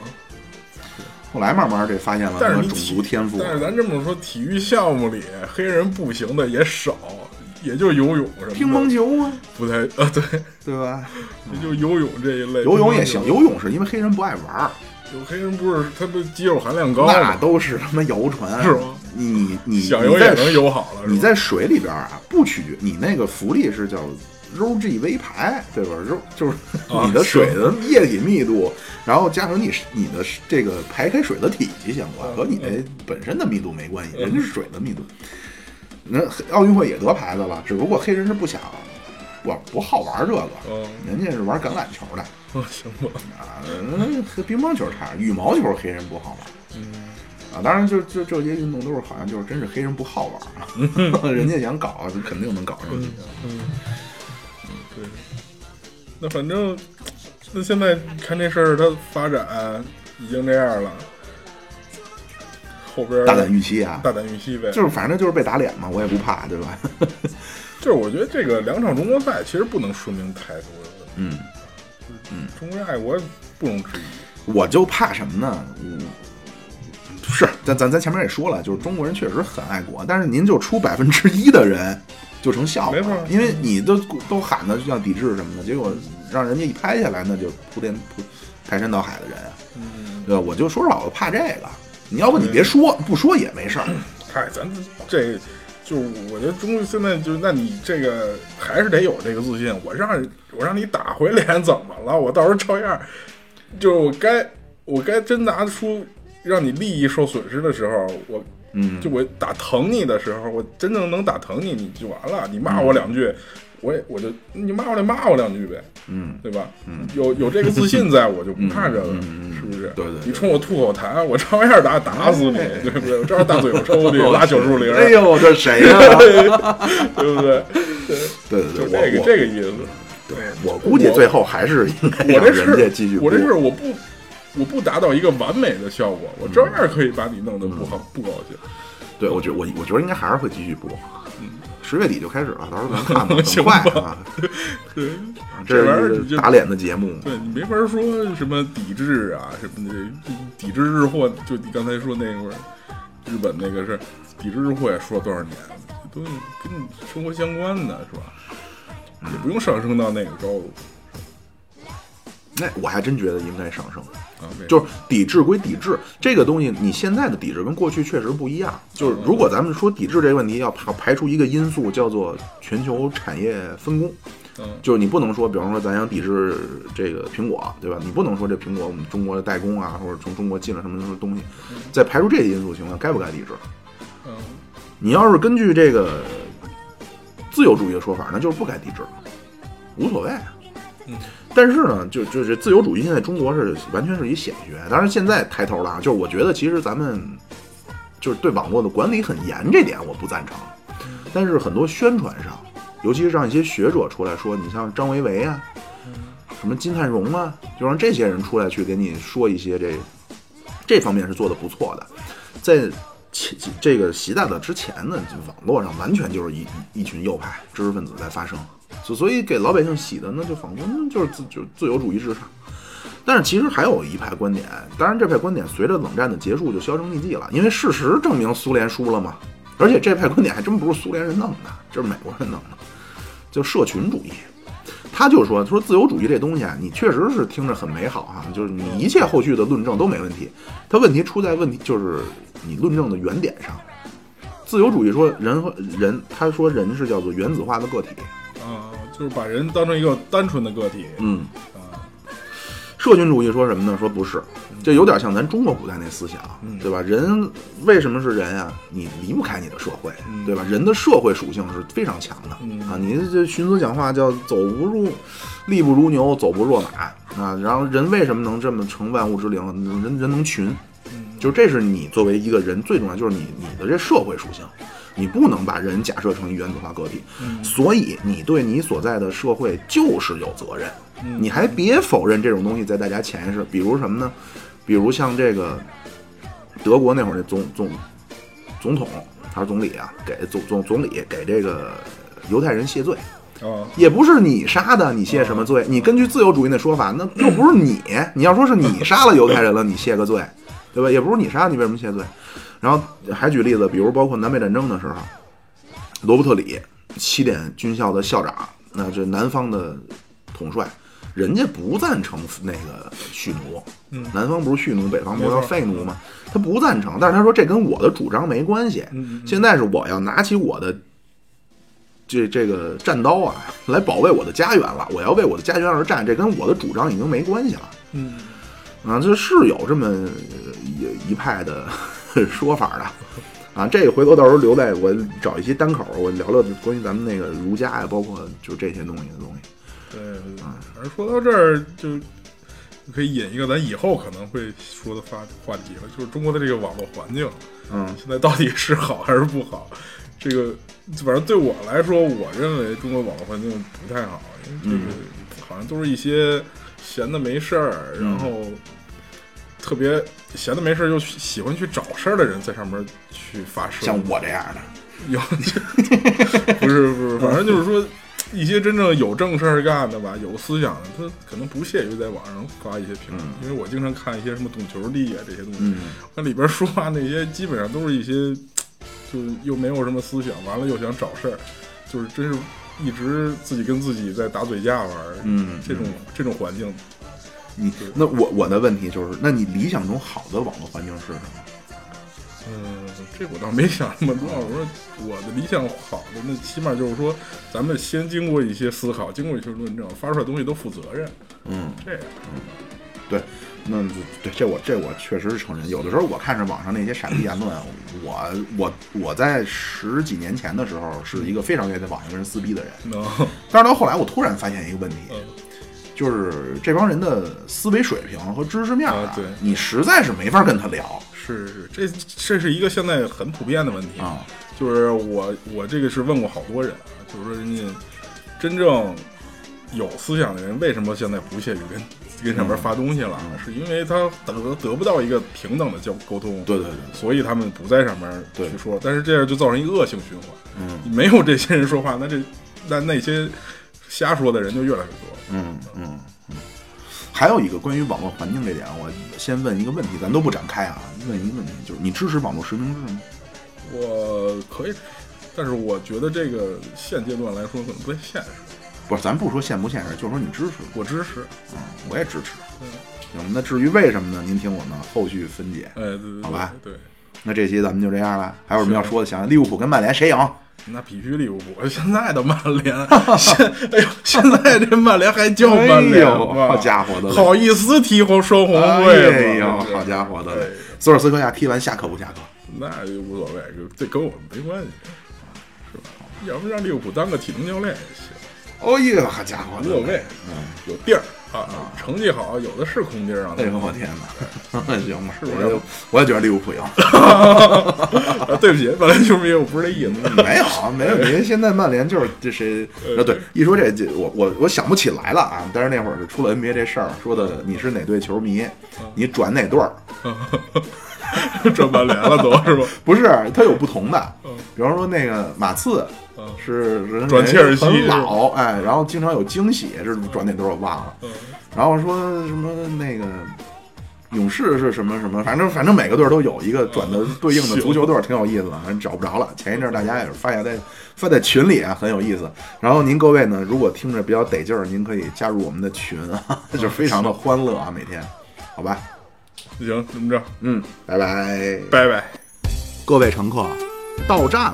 Speaker 1: 后来慢慢这发现了
Speaker 4: 但
Speaker 1: 什
Speaker 4: 是
Speaker 1: 么
Speaker 4: 你
Speaker 1: 种
Speaker 4: 体
Speaker 1: 族天赋，
Speaker 4: 但是咱这么说，体育项目里黑人不行的也少，也就游泳什么的
Speaker 1: 乒乓球啊，
Speaker 4: 不太啊，对，
Speaker 1: 对吧？
Speaker 4: 也就游泳这一类。
Speaker 1: 游泳也行
Speaker 4: 乒乓，球
Speaker 1: 游泳是因为黑人不爱玩儿，
Speaker 4: 有黑人不是他不肌肉含量高
Speaker 1: 那
Speaker 4: 吗？
Speaker 1: 都是他妈谣传，
Speaker 4: 是吗？
Speaker 1: 你你
Speaker 4: 想
Speaker 1: 你
Speaker 4: 游也
Speaker 1: 在
Speaker 4: 能游好了，是吧
Speaker 1: 你在水里边儿啊，不取决你那个浮力是叫 ρ g v 排，对吧？rho 就是
Speaker 4: 啊
Speaker 1: 你的水
Speaker 4: 是
Speaker 1: 的液体密度，然后加上你你的这个排开水的体积相关，和你
Speaker 4: 嗯
Speaker 1: 那本身的密度没关系，人家是水的密度。那黑奥运会也得牌子了，只不过黑人是不想，我不好玩这个，
Speaker 4: 哦
Speaker 1: 人家是玩橄榄球的
Speaker 4: 哦，行吧，
Speaker 1: 啊，嗯和乒乓球差，羽毛球黑人不好玩。
Speaker 4: 嗯，
Speaker 1: 啊，当然就，就这些运动都是好像就是真是黑人不好玩儿，啊 人家想搞就肯定能搞上去。
Speaker 4: 对。那反正，那现在看这事儿，它发展已经这样了，后边儿
Speaker 1: 大胆预期啊，
Speaker 4: 大胆预期呗，
Speaker 1: 就是反正就是被打脸嘛，我也不怕，对吧？
Speaker 4: 就是我觉得这个两场中国赛其实不能说明太多的问题，
Speaker 1: 嗯，
Speaker 4: 中国人爱国不容置疑。
Speaker 1: 我就怕什么呢？嗯，是，咱咱咱前面也说了，就是中国人确实很爱国，但是您就出百分之一的人就成笑话
Speaker 4: 没错
Speaker 1: 了，因为你都都喊的要抵制什么的，结果让人家一拍下来，那就铺天铺排山倒海的人啊，
Speaker 4: 嗯，
Speaker 1: 对吧？我就说实话，我怕这个。你要不你别说，不说也没事 儿。
Speaker 4: 嗨，咱这就我觉得中国现在就那你这个还是得有这个自信。我让我让你打回脸怎么了？我到时候照样，就是我该我该真拿出让你利益受损失的时候，我
Speaker 1: 嗯，
Speaker 4: 就我打疼你的时候，我真正能打疼你，你就完了。你骂我两句，我也我就你骂我得骂我两句呗。
Speaker 1: 嗯，
Speaker 4: 对吧？有有这个自信在，我就不怕这个，是不是？
Speaker 1: 嗯对对对
Speaker 4: 你冲我吐口痰，我照样打打死你，对不对？我照样大嘴巴抽 你，拉小树林，
Speaker 1: 哎呦，这谁 呀、
Speaker 4: 对不对？
Speaker 1: 对对对，
Speaker 4: 就这个
Speaker 1: 我
Speaker 4: 这个意思。对，
Speaker 1: 我我估计最后还是应该
Speaker 4: 我
Speaker 1: 让
Speaker 4: 这事
Speaker 1: 人
Speaker 4: 儿
Speaker 1: 家继续播。
Speaker 4: 我这事儿我不我不达到一个完美的效果，
Speaker 1: 嗯
Speaker 4: 我照样可以把你弄得不好不高兴。
Speaker 1: 对我觉得我我觉得应该还是会继续播。十月底就开始了，到时候咱 看吧，
Speaker 4: 嗯行
Speaker 1: 很
Speaker 4: 吧
Speaker 1: 快 啊！
Speaker 4: 对，
Speaker 1: 这
Speaker 4: 玩意儿
Speaker 1: 是
Speaker 4: 你
Speaker 1: 一
Speaker 4: 就
Speaker 1: 个打脸的节目，
Speaker 4: 对你没法说什么抵制啊，什么的，抵制日货，就你刚才说那会儿，日本那个事儿，抵制日货也说了多少年了，这东西跟你生活相关的是吧？也不用上升到那个高度
Speaker 1: 那我还真觉得应该上升。
Speaker 4: 啊，为
Speaker 1: 就是抵制归抵制，这个东西你现在的抵制跟过去确实不一样。就是如果咱们说抵制这个问题，要排排除一个因素叫做全球产业分工。
Speaker 4: 嗯
Speaker 1: 就是你不能说，比方说咱想抵制这个苹果，对吧？你不能说这苹果我们中国的代工啊，或者从中国进了什么什么东西，在排除这些因素情况下，该不该抵制？
Speaker 4: 嗯
Speaker 1: 你要是根据这个自由主义的说法，那就是不该抵制，无所谓。啊
Speaker 4: 嗯，
Speaker 1: 但是呢，就就是自由主义现在中国是完全是一显学，当然现在抬头了啊，就是我觉得其实咱们就是对网络的管理很严这点我不赞成，但是很多宣传上，尤其是让一些学者出来说，你像张维维啊，什么金灿荣啊，就让这些人出来去给你说一些这这方面是做的不错的，在其其这个习大大之前呢，就网络上完全就是一一群右派知识分子在发声，所所以给老百姓洗的呢，就仿佛就是自就自由主义至上。但是其实还有一派观点，当然这派观点随着冷战的结束就销声匿迹了，因为事实证明苏联输了嘛。而且这派观点还真不是苏联人弄的，这是美国人弄的，就社群主义。他就说，他说自由主义这东西啊，你确实是听着很美好啊，就是你一切后续的论证都没问题。他问题出在问题就是你论证的原点上。自由主义说人和人，他说人是叫做原子化的个体，
Speaker 4: 啊，就是把人当成一个单纯的个体
Speaker 1: 嗯，
Speaker 4: 啊，
Speaker 1: 社群主义说什么呢？说不是，这有点像咱中国古代那思想，
Speaker 4: 嗯
Speaker 1: 对吧？人为什么是人啊？你离不开你的社会，
Speaker 4: 嗯
Speaker 1: 对吧？人的社会属性是非常强的、
Speaker 4: 嗯
Speaker 1: 啊！你这荀子讲话叫“走不入，力不如牛，走不若马”啊。然后人为什么能这么成万物之灵？人人能群，
Speaker 4: 嗯
Speaker 1: 就这是你作为一个人最重要，就是你你的这社会属性，你不能把人假设成一原子化个体，
Speaker 4: 嗯
Speaker 1: 所以你对你所在的社会就是有责任，
Speaker 4: 嗯
Speaker 1: 你还别否认这种东西在大家潜意识，比如什么呢？比如像这个德国那会儿那总总总统还是总理啊，给总总总理给这个犹太人谢罪，
Speaker 4: 啊，
Speaker 1: 也不是你杀的，你谢什么罪？你根据自由主义那说法，那又不是你。你要说是你杀了犹太人了，你谢个罪，对吧？也不是你杀，你为什么谢罪？然后还举例子，比如包括南北战争的时候，罗伯特里西点军校的校长，那这南方的统帅，人家不赞成那个蓄奴，
Speaker 4: 嗯
Speaker 1: 南方不是蓄奴，北方不是要
Speaker 4: 没错
Speaker 1: 废奴吗？他不赞成，但是他说这跟我的主张没关系。
Speaker 4: 嗯嗯
Speaker 1: 现在是我要拿起我的这这个战刀啊，来保卫我的家园了。我要为我的家园而战，这跟我的主张已经没关系了。
Speaker 4: 嗯，
Speaker 1: 啊，这是有这么呃一一派的 说法的啊。这个回头到时候留在我找一些单口，我聊聊关于咱们那个儒家呀，包括就这些东西的东西。
Speaker 4: 对，反正说到这儿就。可以引一个咱以后可能会说的话话题了，就是中国的这个网络环境，
Speaker 1: 嗯
Speaker 4: 现在到底是好还是不好？这个反正对我来说，我认为中国网络环境不太好，因为这个好像都是一些闲的没事儿，
Speaker 1: 嗯
Speaker 4: 然后特别闲的没事儿又去喜欢去找事儿的人在上面去发声。
Speaker 1: 像我这样的，
Speaker 4: 有， 不是不是，反正就是说。一些真正有正事儿干的吧，有思想的，他可能不屑于在网上发一些评论，
Speaker 1: 嗯
Speaker 4: 因为我经常看一些什么懂球帝啊这些东西，
Speaker 1: 嗯
Speaker 4: 那里边说话那些基本上都是一些，就是又没有什么思想，完了又想找事儿，就是真是一直自己跟自己在打嘴架玩儿。
Speaker 1: 嗯，
Speaker 4: 这种这种环境，
Speaker 1: 你那我我的问题就是，那你理想中好的网络环境是什么？
Speaker 4: 嗯，这我倒没想那么多。我说我的理想好的，那起码就是说，咱们先经过一些思考，经过一些论证，发出来的东西都负责任。
Speaker 1: 嗯，
Speaker 4: 这样，
Speaker 1: 对，那就对这我这我确实是承认，有的时候我看着网上那些傻逼言论， 我我我在十几年前的时候是一个非常愿意在网上跟人撕逼的人，
Speaker 4: 能、
Speaker 1: 但是到后来我突然发现一个问题，
Speaker 4: 嗯
Speaker 1: 就是这帮人的思维水平和知识面
Speaker 4: 啊对
Speaker 1: 你实在是没法跟他聊
Speaker 4: 是是，这这是一个现在很普遍的问题
Speaker 1: 啊。
Speaker 4: 就是我我这个是问过好多人啊，就是说人家真正有思想的人，为什么现在不屑于跟跟上面发东西了？啊
Speaker 1: 嗯
Speaker 4: 是因为他得得不到一个平等的交沟通，
Speaker 1: 对对对
Speaker 4: 所以他们不在上面
Speaker 1: 对
Speaker 4: 去说，但是这样就造成一个恶性循环。
Speaker 1: 嗯，
Speaker 4: 没有这些人说话，那这那那些瞎说的人就越来越多。
Speaker 1: 嗯嗯嗯。还有一个关于网络环境这点，我先问一个问题，咱都不展开啊，问一个问题，就是你支持网络实名制吗？
Speaker 4: 我可以，但是我觉得这个现阶段来说可能不太现实。
Speaker 1: 不是，咱不说现不现实，就说你支持，
Speaker 4: 我支持，
Speaker 1: 嗯，我也支持。
Speaker 4: 嗯，
Speaker 1: 行，那至于为什么呢？您听我们后续分解。
Speaker 4: 哎，对对
Speaker 1: 好
Speaker 4: 对
Speaker 1: 吧
Speaker 4: 对。
Speaker 1: 那这期咱们就这样了，还有什么要说的？想利物浦跟曼联谁赢？
Speaker 4: 那必须利物浦，现在的曼联，现哎呦，现在这曼联还叫曼
Speaker 1: 哎
Speaker 4: 联
Speaker 1: 呦
Speaker 4: 吗？
Speaker 1: 好家伙的
Speaker 4: 好意思踢红双红
Speaker 1: 哎
Speaker 4: 会
Speaker 1: 呦
Speaker 4: 吗？，
Speaker 1: 好家伙的
Speaker 4: 哎呦，
Speaker 1: 索尔斯克亚踢完下课不下课？
Speaker 4: 那就无所谓，这跟我们没关系，是吧？要不让利物浦当个体能教练也行，
Speaker 1: 哦耶，好家伙
Speaker 4: 无
Speaker 1: 的，
Speaker 4: 所谓，有地儿啊，成绩好有的是空地儿啊。
Speaker 1: 哎呦我天哪， 行吧，
Speaker 4: 是不是
Speaker 1: 我就我也觉得利物浦赢，
Speaker 4: 啊对不起，本来球迷我不是这意思。
Speaker 1: 没有啊没有，因为现在曼联就是这谁
Speaker 4: 呃
Speaker 1: 啊？对，一说这这我我我想不起来了啊，但是那会儿就出了 NBA 这事儿，说的你是哪队球迷，
Speaker 4: 嗯
Speaker 1: 你转哪队儿，嗯
Speaker 4: 转曼联了都是吧？
Speaker 1: 不是它有不同的
Speaker 4: 嗯，
Speaker 1: 比方说那个马刺
Speaker 4: 嗯
Speaker 1: 是人
Speaker 4: 转切尔西
Speaker 1: 很老哎，然后经常有惊喜，是转哪队儿我忘了，
Speaker 4: 嗯
Speaker 1: 然后说什么那个。勇士是什么什么，反正反正每个队儿都有一个转的对应的足球队儿，挺有意思的，反正找不着了。前一阵儿大家也是发现在发在群里啊，很有意思。然后您各位呢，如果听着比较得劲儿，您可以加入我们的群啊， 就非常的欢乐啊，每天，好吧？
Speaker 4: 行，这么着，
Speaker 1: 嗯，拜拜，
Speaker 4: 拜拜。
Speaker 1: 各位乘客，到站了。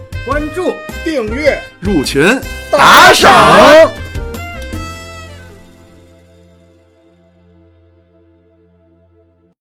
Speaker 2: 关注。
Speaker 4: 订阅。
Speaker 1: 入群打赏。